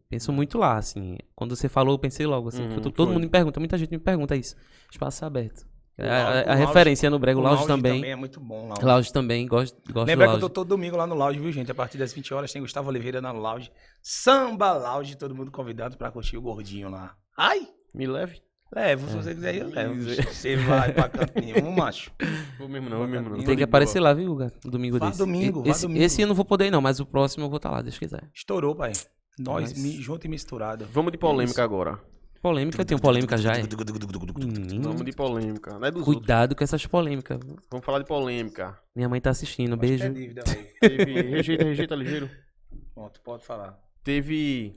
Speaker 3: Penso muito lá, assim. Quando você falou, eu pensei logo, assim.
Speaker 2: Uhum,
Speaker 3: porque
Speaker 1: Hum,
Speaker 3: todo
Speaker 2: foi.
Speaker 3: mundo me pergunta, muita gente me pergunta isso. Espaço aberto.
Speaker 1: O
Speaker 3: É
Speaker 1: lounge-
Speaker 3: a-
Speaker 1: o
Speaker 3: a
Speaker 1: lounge-
Speaker 3: referência no Brego,
Speaker 1: O
Speaker 3: lounge
Speaker 1: lounge
Speaker 3: também.
Speaker 1: é muito bom lá.
Speaker 3: Lounge também, gosto, gosto
Speaker 1: Lembra
Speaker 3: do
Speaker 1: que eu tô
Speaker 3: lounge.
Speaker 1: todo domingo lá no Lounge, viu, gente? A partir das 20 horas tem Gustavo Oliveira na Lounge. Samba Lounge, todo mundo convidado pra curtir o gordinho lá. Ai!
Speaker 2: Me leve.
Speaker 1: Levo, se você quiser, eu
Speaker 3: É.
Speaker 1: levo. Você vai pra canto nenhum, macho.
Speaker 2: Vou mesmo não, vou mesmo não.
Speaker 1: Tem
Speaker 2: Tô
Speaker 3: Tem
Speaker 2: de
Speaker 3: que
Speaker 2: boa.
Speaker 3: aparecer lá, viu, Guga? Domingo
Speaker 1: Vá
Speaker 3: desse.
Speaker 1: domingo,
Speaker 3: E-
Speaker 1: vá
Speaker 3: esse,
Speaker 1: domingo.
Speaker 3: Esse eu não vou poder ir, não, mas o próximo eu vou estar tá lá, Deus quiser.
Speaker 1: Estourou, pai. Nós,
Speaker 3: Mas-
Speaker 1: mi- junto e misturado.
Speaker 2: Vamos de polêmica agora.
Speaker 3: Polêmica, eu tenho polêmica já, é?
Speaker 1: Hum,
Speaker 2: Vamos de polêmica. Não é dos outros.
Speaker 3: Cuidado com essas polêmicas.
Speaker 2: Vamos falar de polêmica.
Speaker 3: Minha mãe tá assistindo,
Speaker 1: É
Speaker 3: beijo.
Speaker 1: dívida aí. <laughs>
Speaker 2: Teve. rejeita, rejeita ligeiro.
Speaker 1: Pronto, pode falar.
Speaker 2: Teve.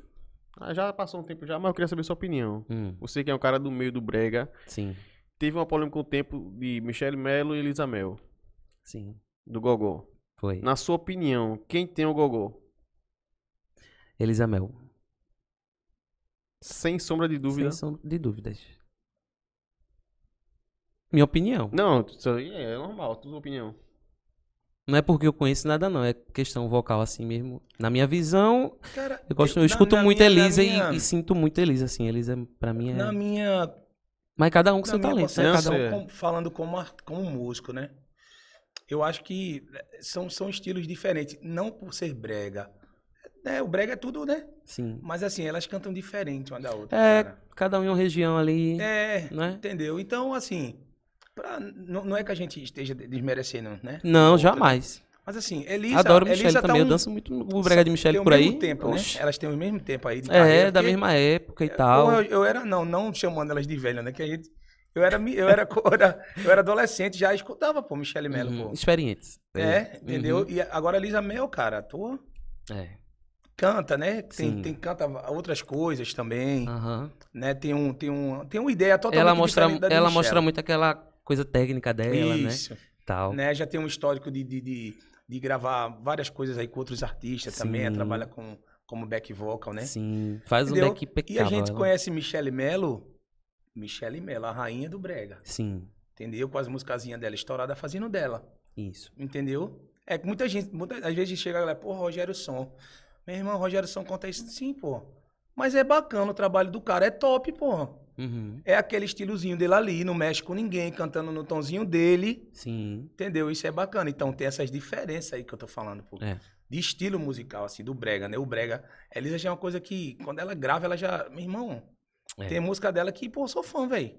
Speaker 2: Ah, já passou um tempo já, mas eu queria saber sua opinião.
Speaker 3: Hum,
Speaker 2: Você que é um cara do meio do Brega.
Speaker 3: sim,
Speaker 2: Teve uma polêmica um tempo de Michele Melo e Elisa Mel,
Speaker 3: sim.
Speaker 2: do Gogó.
Speaker 3: Foi.
Speaker 2: Na sua opinião, quem tem o Gogó?
Speaker 3: Elisamel.
Speaker 2: Sem sombra de
Speaker 3: Sem
Speaker 2: dúvida.
Speaker 3: sombra de dúvidas. Minha opinião.
Speaker 2: Não, isso aí é normal, tua opinião.
Speaker 3: Não é porque eu conheço nada, não. É questão vocal assim mesmo. Na minha visão,
Speaker 1: Cara,
Speaker 3: eu gosto, eu,
Speaker 1: na-
Speaker 3: escuto
Speaker 1: na
Speaker 3: muito
Speaker 1: minha- na
Speaker 3: Elisa e-
Speaker 1: minha-
Speaker 3: e, sinto muito Elisa, assim. Elisa, pra mim, é.
Speaker 1: Na minha
Speaker 3: Mas cada um com
Speaker 1: Na
Speaker 3: seu
Speaker 1: minha
Speaker 3: talento, né?
Speaker 1: concepção,
Speaker 3: Cada um.
Speaker 2: Cada um.
Speaker 1: como- falando como, ar- como músico, né? Eu acho que eh, são, são estilos diferentes, não por ser brega. É, o brega é tudo, né?
Speaker 3: Sim.
Speaker 1: Mas assim, elas cantam diferente uma da outra.
Speaker 3: É,
Speaker 1: cara.
Speaker 3: cada um em uma região ali.
Speaker 1: É,
Speaker 3: Né?
Speaker 1: entendeu? Então, assim, pra, não, não é que a gente esteja desmerecendo, né?
Speaker 3: Não,
Speaker 1: Outra.
Speaker 3: jamais.
Speaker 1: Mas assim, Elisa.
Speaker 3: Adoro
Speaker 1: Elisa
Speaker 3: Michelle
Speaker 1: tá
Speaker 3: também.
Speaker 1: um-
Speaker 3: Eu danço muito o brega de Michelle
Speaker 1: tem o
Speaker 3: por aí.
Speaker 1: mesmo tempo, né?
Speaker 3: Oxi.
Speaker 1: Elas têm o mesmo tempo aí. de
Speaker 3: É,
Speaker 1: carreira,
Speaker 3: da
Speaker 1: porque- é,
Speaker 3: mesma época e
Speaker 1: Ou
Speaker 3: tal.
Speaker 1: Eu, eu era, não, não chamando elas de velha, né? Que a gente. Eu era, mi- eu era, <laughs> eu era, eu era adolescente, já escutava, pô, Michele Mello,
Speaker 3: Uhum.
Speaker 1: pô.
Speaker 3: Experientes.
Speaker 1: É, entendeu? E agora a Lisa Mel, cara, tu
Speaker 3: É.
Speaker 1: canta, né? Tem,
Speaker 3: Sim.
Speaker 1: tem canta outras coisas também,
Speaker 3: Aham.
Speaker 1: né? Tem um, tem um, tem uma ideia totalmente
Speaker 3: Ela mostra,
Speaker 1: diferente da de
Speaker 3: ela
Speaker 1: Michelle.
Speaker 3: mostra muito aquela coisa técnica dela, né?
Speaker 1: Isso,
Speaker 3: Tal.
Speaker 1: né? Já tem um histórico de, de, de, de gravar várias coisas aí com outros artistas também,
Speaker 3: Sim.
Speaker 1: ela trabalha com como back vocal, né?
Speaker 3: Sim. Faz um
Speaker 1: Entendeu?
Speaker 3: deck
Speaker 1: E a
Speaker 3: impecável.
Speaker 1: gente
Speaker 3: ela.
Speaker 1: conhece Michele Melo, Michele Melo, a rainha do brega,
Speaker 3: Sim.
Speaker 1: entendeu? Com as musicazinhas dela estourada fazendo dela.
Speaker 3: Isso.
Speaker 1: Entendeu? É que muita gente, muita, às vezes chega e galera, pô, Rogério Som. Meu irmão, Rogério Som conta isso. Sim, pô. Mas é bacana o trabalho do cara, é top, pô.
Speaker 3: Uhum.
Speaker 1: É aquele estilozinho dele ali, não mexe com ninguém, cantando no tonzinho dele.
Speaker 3: Sim.
Speaker 1: Entendeu? Isso é bacana. Então tem essas diferenças aí que eu tô falando, pô.
Speaker 3: É.
Speaker 1: De estilo musical, assim, do Brega, né? O Brega, a Elisa já é uma coisa que, quando ela grava, ela já. Meu irmão,
Speaker 3: É.
Speaker 1: tem música dela que, pô, eu sou fã, velho.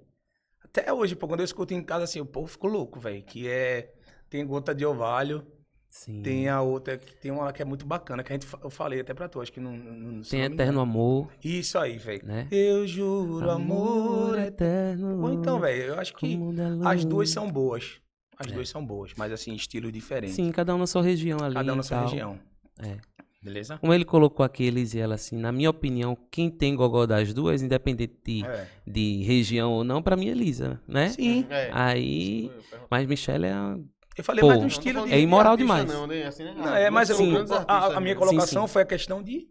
Speaker 1: Até hoje, pô, quando eu escuto em casa, assim, o povo ficou louco, velho. Que é. Tem Gota de Ovalho.
Speaker 3: Sim.
Speaker 1: Tem a outra, que tem uma lá que é muito bacana, que a gente, fa- eu falei até pra tu, acho que não... não- não- se
Speaker 3: Tem
Speaker 1: não me engano.
Speaker 3: Eterno Amor,
Speaker 1: Isso aí, velho.
Speaker 3: né?
Speaker 1: Eu juro, amor... é-
Speaker 3: eterno. é
Speaker 1: Ou então, velho, eu acho que
Speaker 3: como da
Speaker 1: as duas
Speaker 3: luz.
Speaker 1: são boas. As
Speaker 3: Hum. É.
Speaker 1: duas são boas, mas assim, estilos diferentes.
Speaker 3: Sim, cada um na sua região ali.
Speaker 1: Cada um na
Speaker 3: e
Speaker 1: sua
Speaker 3: tal.
Speaker 1: região.
Speaker 3: É.
Speaker 1: Beleza?
Speaker 3: Como ele colocou aqui, eles e ela, assim, na minha opinião, quem tem gogó das duas, independente de,
Speaker 1: É.
Speaker 3: de região ou não, pra mim é Elisa, né?
Speaker 1: Sim.
Speaker 2: É.
Speaker 3: Aí. Mas Michelle é. a-
Speaker 1: Eu falei
Speaker 3: Pô,
Speaker 1: mais do
Speaker 3: não
Speaker 1: estilo
Speaker 3: falando
Speaker 1: de...
Speaker 3: é imoral
Speaker 2: artista,
Speaker 3: demais.
Speaker 2: Não, né? Assim, né?
Speaker 1: Não, é, mas eu-
Speaker 3: Sim.
Speaker 2: grandes
Speaker 1: a- a,
Speaker 2: artistas né?
Speaker 1: a minha
Speaker 2: mesmo.
Speaker 1: colocação
Speaker 3: sim.
Speaker 1: foi a questão de...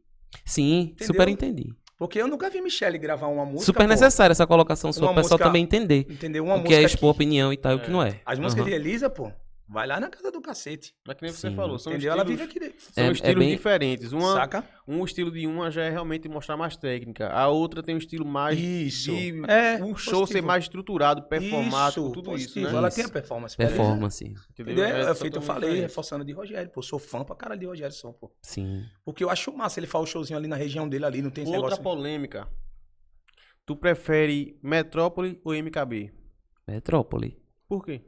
Speaker 3: Sim,
Speaker 1: Entendeu?
Speaker 3: super entendi.
Speaker 1: Porque eu nunca vi Michelle gravar uma música,
Speaker 3: super
Speaker 1: pô,
Speaker 3: necessária essa colocação sua,
Speaker 1: Uma
Speaker 3: o pessoal
Speaker 1: música-
Speaker 3: também entender.
Speaker 1: Entendeu? Uma
Speaker 3: o que
Speaker 1: música
Speaker 3: é expor
Speaker 1: que-
Speaker 3: opinião e tal, e o que não é.
Speaker 1: As músicas
Speaker 3: Aham.
Speaker 1: de Elisa, pô, vai lá na casa do cacete.
Speaker 2: Mas que nem você
Speaker 3: Sim.
Speaker 2: falou, são
Speaker 1: entendeu?
Speaker 2: estilos,
Speaker 1: Ela vive aqui...
Speaker 2: são
Speaker 3: É- é
Speaker 2: estilos
Speaker 3: bem-
Speaker 2: diferentes. Uma,
Speaker 1: Saca?
Speaker 2: um estilo de uma já é realmente mostrar mais técnica. A outra tem um estilo mais
Speaker 1: Isso.
Speaker 2: de
Speaker 1: É,
Speaker 2: um show ser
Speaker 1: positivo.
Speaker 2: mais estruturado, performático,
Speaker 1: Isso,
Speaker 2: tudo
Speaker 1: positivo.
Speaker 2: isso, né?
Speaker 1: Ela
Speaker 3: Isso.
Speaker 1: tem a performance. pra isso,
Speaker 3: Performance.
Speaker 1: Entendeu? É,
Speaker 2: são
Speaker 1: feito, eu
Speaker 2: totalmente
Speaker 1: falei,
Speaker 2: diferentes.
Speaker 1: reforçando de Rogério. Pô, sou fã pra cara de Rogério Som, pô.
Speaker 3: Sim.
Speaker 1: Porque eu acho massa ele faz o showzinho ali na região dele ali, não tem esse
Speaker 2: Outra
Speaker 1: negócio.
Speaker 2: polêmica. Tu prefere Metrópole ou MKB?
Speaker 3: Metrópole.
Speaker 2: Por quê?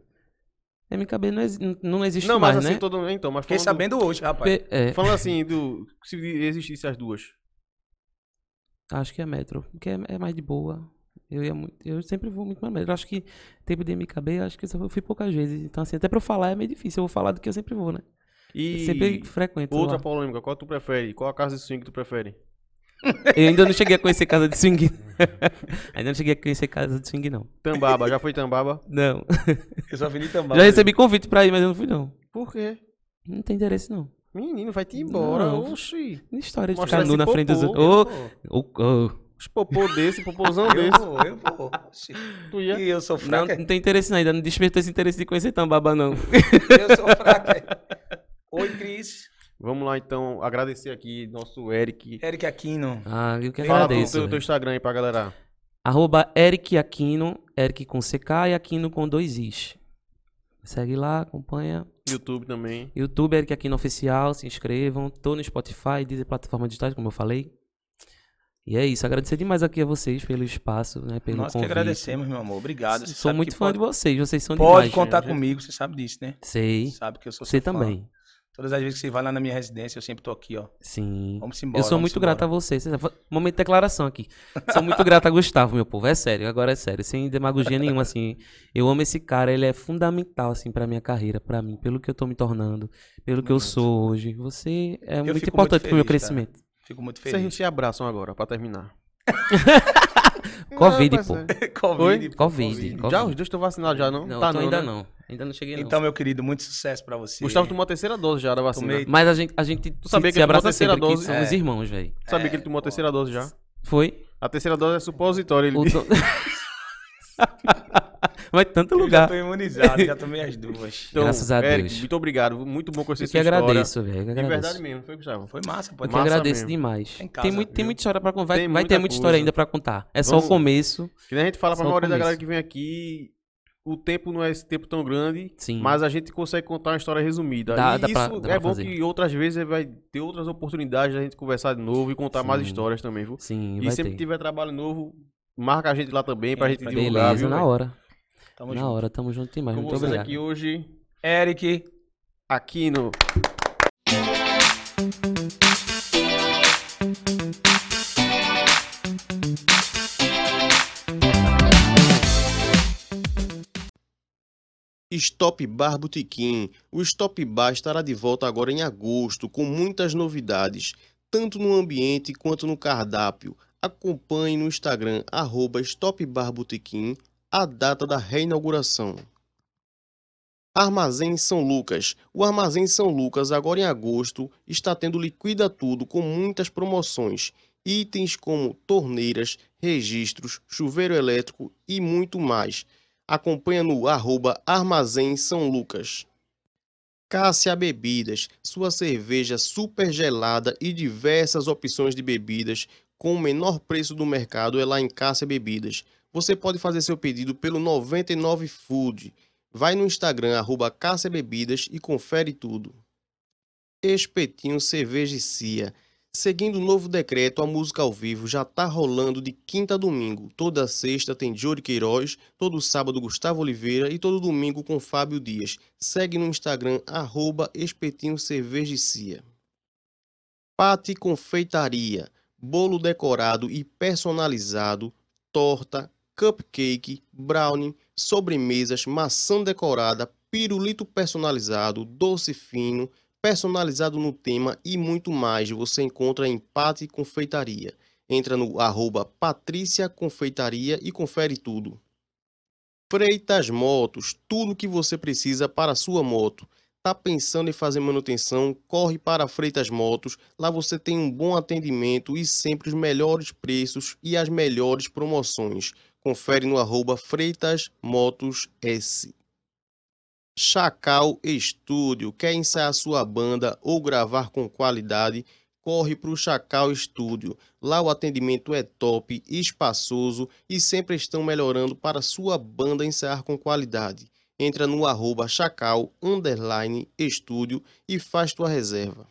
Speaker 3: MKB não, exi- n- não existe
Speaker 2: não, mas
Speaker 3: mais,
Speaker 2: assim,
Speaker 3: né?
Speaker 2: todo então, mas
Speaker 1: Fiquei
Speaker 2: falando,
Speaker 1: sabendo hoje, rapaz.
Speaker 3: Pe- é,
Speaker 2: falando assim do se existisse as duas.
Speaker 3: acho que é metro, porque é, é mais de boa. Eu, ia muito, eu sempre vou muito mais metro. Acho que tempo de MKB, acho que eu só fui poucas vezes. Então, assim, até pra eu falar é meio difícil. Eu vou falar do que eu sempre vou, né? Eu
Speaker 2: E
Speaker 3: sempre frequento.
Speaker 2: outra
Speaker 3: lá.
Speaker 2: polêmica, qual tu prefere? Qual a casa de swing que tu prefere?
Speaker 3: Eu ainda não cheguei a conhecer casa de swing. <laughs> ainda não cheguei a conhecer casa de swing, não.
Speaker 2: Tambaba, já foi Tambaba?
Speaker 3: Não.
Speaker 1: Eu sou Avenida Tambal.
Speaker 3: Já recebi convite pra ir, mas eu não fui, não.
Speaker 2: Por quê?
Speaker 3: Não tem interesse, não.
Speaker 2: Menino, vai te embora.
Speaker 3: Não.
Speaker 2: Oxi.
Speaker 3: História de
Speaker 2: Mostrar
Speaker 3: ficar nu
Speaker 2: esse
Speaker 3: na frente dos
Speaker 2: popô.
Speaker 3: outros. Ô, Ô, ô,
Speaker 2: Os popô desse, popôzão
Speaker 1: Eu
Speaker 2: desse.
Speaker 1: vou, eu vou. Oxi.
Speaker 2: Tu ia.
Speaker 1: E eu sou é-
Speaker 3: Não,
Speaker 1: fraca.
Speaker 3: não tem interesse não, ainda não despertou esse interesse de conhecer Tambaba, não.
Speaker 1: Eu sou fraca. Oi, Cris.
Speaker 2: Vamos lá, então, agradecer aqui nosso Eric.
Speaker 1: Eric Aquino.
Speaker 3: Ah, eu que
Speaker 1: Fala,
Speaker 3: agradeço.
Speaker 2: Fala o teu
Speaker 3: velho.
Speaker 2: Instagram aí pra galera.
Speaker 3: Arroba Eric Aquino, Eric com CK e Aquino com dois Is. Segue lá, acompanha.
Speaker 2: YouTube também.
Speaker 3: YouTube, Eric Aquino Oficial, se inscrevam. Tô no Spotify, Deezer, plataforma digitais, como eu falei. E é isso, agradecer demais aqui a vocês pelo espaço, né, pelo
Speaker 1: Nós que
Speaker 3: convite.
Speaker 1: agradecemos, meu amor. Obrigado. Você
Speaker 3: Sou
Speaker 1: sabe
Speaker 3: muito
Speaker 1: que
Speaker 3: fã
Speaker 1: pode,
Speaker 3: de vocês, vocês são
Speaker 1: Pode
Speaker 3: demais.
Speaker 1: contar
Speaker 2: gente.
Speaker 1: comigo, você sabe disso, né?
Speaker 3: Sei,
Speaker 1: Sabe que eu sou
Speaker 3: você
Speaker 1: seu fã.
Speaker 3: também.
Speaker 1: Todas as vezes que você vai lá na minha residência, eu sempre tô aqui, ó.
Speaker 3: Sim.
Speaker 1: Vamos embora.
Speaker 3: eu sou
Speaker 1: vamos
Speaker 3: muito
Speaker 1: embora.
Speaker 3: grato a você. Você- Momento de declaração aqui. Sou muito grato a Gustavo, meu povo. É sério, agora é sério. Sem demagogia nenhuma, assim. Eu amo esse cara, ele é fundamental, assim, pra minha carreira, pra mim, pelo que eu tô me tornando, pelo que eu sou hoje. Você é muito
Speaker 1: fico muito
Speaker 3: importante pro meu
Speaker 1: feliz, cara.
Speaker 3: crescimento.
Speaker 1: Fico muito
Speaker 4: Vocês
Speaker 1: feliz.
Speaker 4: se abraçam agora, pra
Speaker 3: <laughs>
Speaker 4: terminar.
Speaker 3: Covid,
Speaker 4: Não, mas
Speaker 3: pô.
Speaker 4: é.
Speaker 1: <laughs> Covid. pô.
Speaker 3: Covid.
Speaker 4: Já
Speaker 3: Covid.
Speaker 4: os dois estão vacinados já, não?
Speaker 3: Não,
Speaker 4: Tá
Speaker 3: eu tô ainda
Speaker 4: né?
Speaker 3: não. Ainda não cheguei, não.
Speaker 1: Então, meu querido, muito sucesso pra você.
Speaker 4: Gustavo tomou a terceira dose já da vacina.
Speaker 1: Tomei.
Speaker 3: Mas a gente, a gente tu
Speaker 4: sabia que
Speaker 3: se, se
Speaker 4: ele tomou
Speaker 3: abraça
Speaker 4: a terceira
Speaker 3: sempre, que
Speaker 4: dose?
Speaker 3: somos
Speaker 1: É.
Speaker 3: irmãos, velho.
Speaker 4: Sabia que ele
Speaker 3: É,
Speaker 4: tomou a terceira dose já?
Speaker 3: Foi?
Speaker 4: A terceira dose é supositório. Ele...
Speaker 3: O to- <laughs> Vai tanto
Speaker 1: Eu já
Speaker 3: um lugar.
Speaker 1: tô imunizado, já tomei as duas.
Speaker 4: Então,
Speaker 3: Graças a
Speaker 4: Eric,
Speaker 3: Deus.
Speaker 4: muito obrigado. Muito bom conhecer
Speaker 3: Eu que
Speaker 4: sua história.
Speaker 3: agradeço, velho. eu que
Speaker 4: De
Speaker 3: agradeço.
Speaker 4: verdade mesmo, foi, Gustavo?
Speaker 1: Foi massa, pô.
Speaker 3: Eu que
Speaker 4: Massa
Speaker 3: agradeço
Speaker 4: mesmo.
Speaker 3: demais.
Speaker 1: Tá em
Speaker 3: Tem,
Speaker 1: casa,
Speaker 3: muito, tem
Speaker 1: viu?
Speaker 3: muita história pra contar. Vai,
Speaker 4: Tem
Speaker 3: vai ter
Speaker 4: muita
Speaker 3: muita
Speaker 4: coisa.
Speaker 3: história ainda pra contar. É só
Speaker 4: Vamos-
Speaker 3: o começo.
Speaker 4: Que nem a gente fala
Speaker 3: Só
Speaker 4: pra
Speaker 3: o
Speaker 4: maioria da
Speaker 3: começo.
Speaker 4: galera que vem aqui, o tempo não é esse tempo tão grande,
Speaker 3: Sim.
Speaker 4: mas a gente consegue contar uma história resumida.
Speaker 3: Dá-
Speaker 4: e
Speaker 3: dá
Speaker 4: isso
Speaker 3: pra- dá pra
Speaker 4: é bom
Speaker 3: fazer.
Speaker 4: que outras vezes vai ter outras oportunidades da gente conversar de novo e contar mais
Speaker 3: Sim.
Speaker 4: histórias também, viu?
Speaker 3: Sim,
Speaker 4: E
Speaker 3: vai
Speaker 4: sempre que
Speaker 3: ter. É,
Speaker 4: tiver trabalho novo, marca a gente lá também pra gente
Speaker 1: Entra.
Speaker 4: divulgar,
Speaker 3: Beleza,
Speaker 4: viu?
Speaker 3: na
Speaker 4: velho?
Speaker 3: hora.
Speaker 1: Tamo
Speaker 3: na
Speaker 1: junto.
Speaker 3: é hora, tamo junto demais.
Speaker 4: Com
Speaker 3: Muito
Speaker 4: vocês
Speaker 3: obrigado.
Speaker 4: aqui hoje,
Speaker 1: Eric,
Speaker 4: aqui no...
Speaker 2: Stop Bar Botequim. O Stop Bar estará de volta agora em agosto com muitas novidades, tanto no ambiente quanto no cardápio. Acompanhe no Instagram arroba Stop Bar Botequim a data da reinauguração. Armazém São Lucas. O Armazém São Lucas, agora em agosto, está tendo liquida tudo com muitas promoções. Itens como torneiras, registros, chuveiro elétrico e muito mais. Acompanha no arroba Armazém São Lucas. Cássia Bebidas, sua cerveja super gelada e diversas opções de bebidas com o menor preço do mercado é lá em Cássia Bebidas. Você pode fazer seu pedido pelo 99 Food. Vai no Instagram arroba Cássia Bebidas e confere tudo. Espetinho Cerveja e Cia. Seguindo o novo decreto, a música ao vivo já tá rolando de quinta a domingo. Toda sexta tem Jory Queiroz, todo sábado Gustavo Oliveira e todo domingo com Fábio Dias. Segue no Instagram, arroba Espetinho Cerveja e Cia. Pate Confeitaria, bolo decorado e personalizado, torta, cupcake, brownie, sobremesas, maçã decorada, pirulito personalizado, doce fino, personalizado no tema e muito mais você encontra em Pate Confeitaria. Entra no arroba Patrícia Confeitaria e confere tudo. Freitas Motos, tudo o que você precisa para a sua moto. Tá pensando em fazer manutenção? Corre para a Freitas Motos. Lá você tem um bom atendimento e sempre os melhores preços e as melhores promoções. Confere no arroba Freitas Motos S. Chacal Estúdio. Quer ensaiar sua banda ou gravar com qualidade? Corre para o Chacal Estúdio. Lá o atendimento é top, espaçoso e sempre estão melhorando para sua banda ensaiar com qualidade. Entra no arroba chacal, underline, estúdio e faz tua reserva.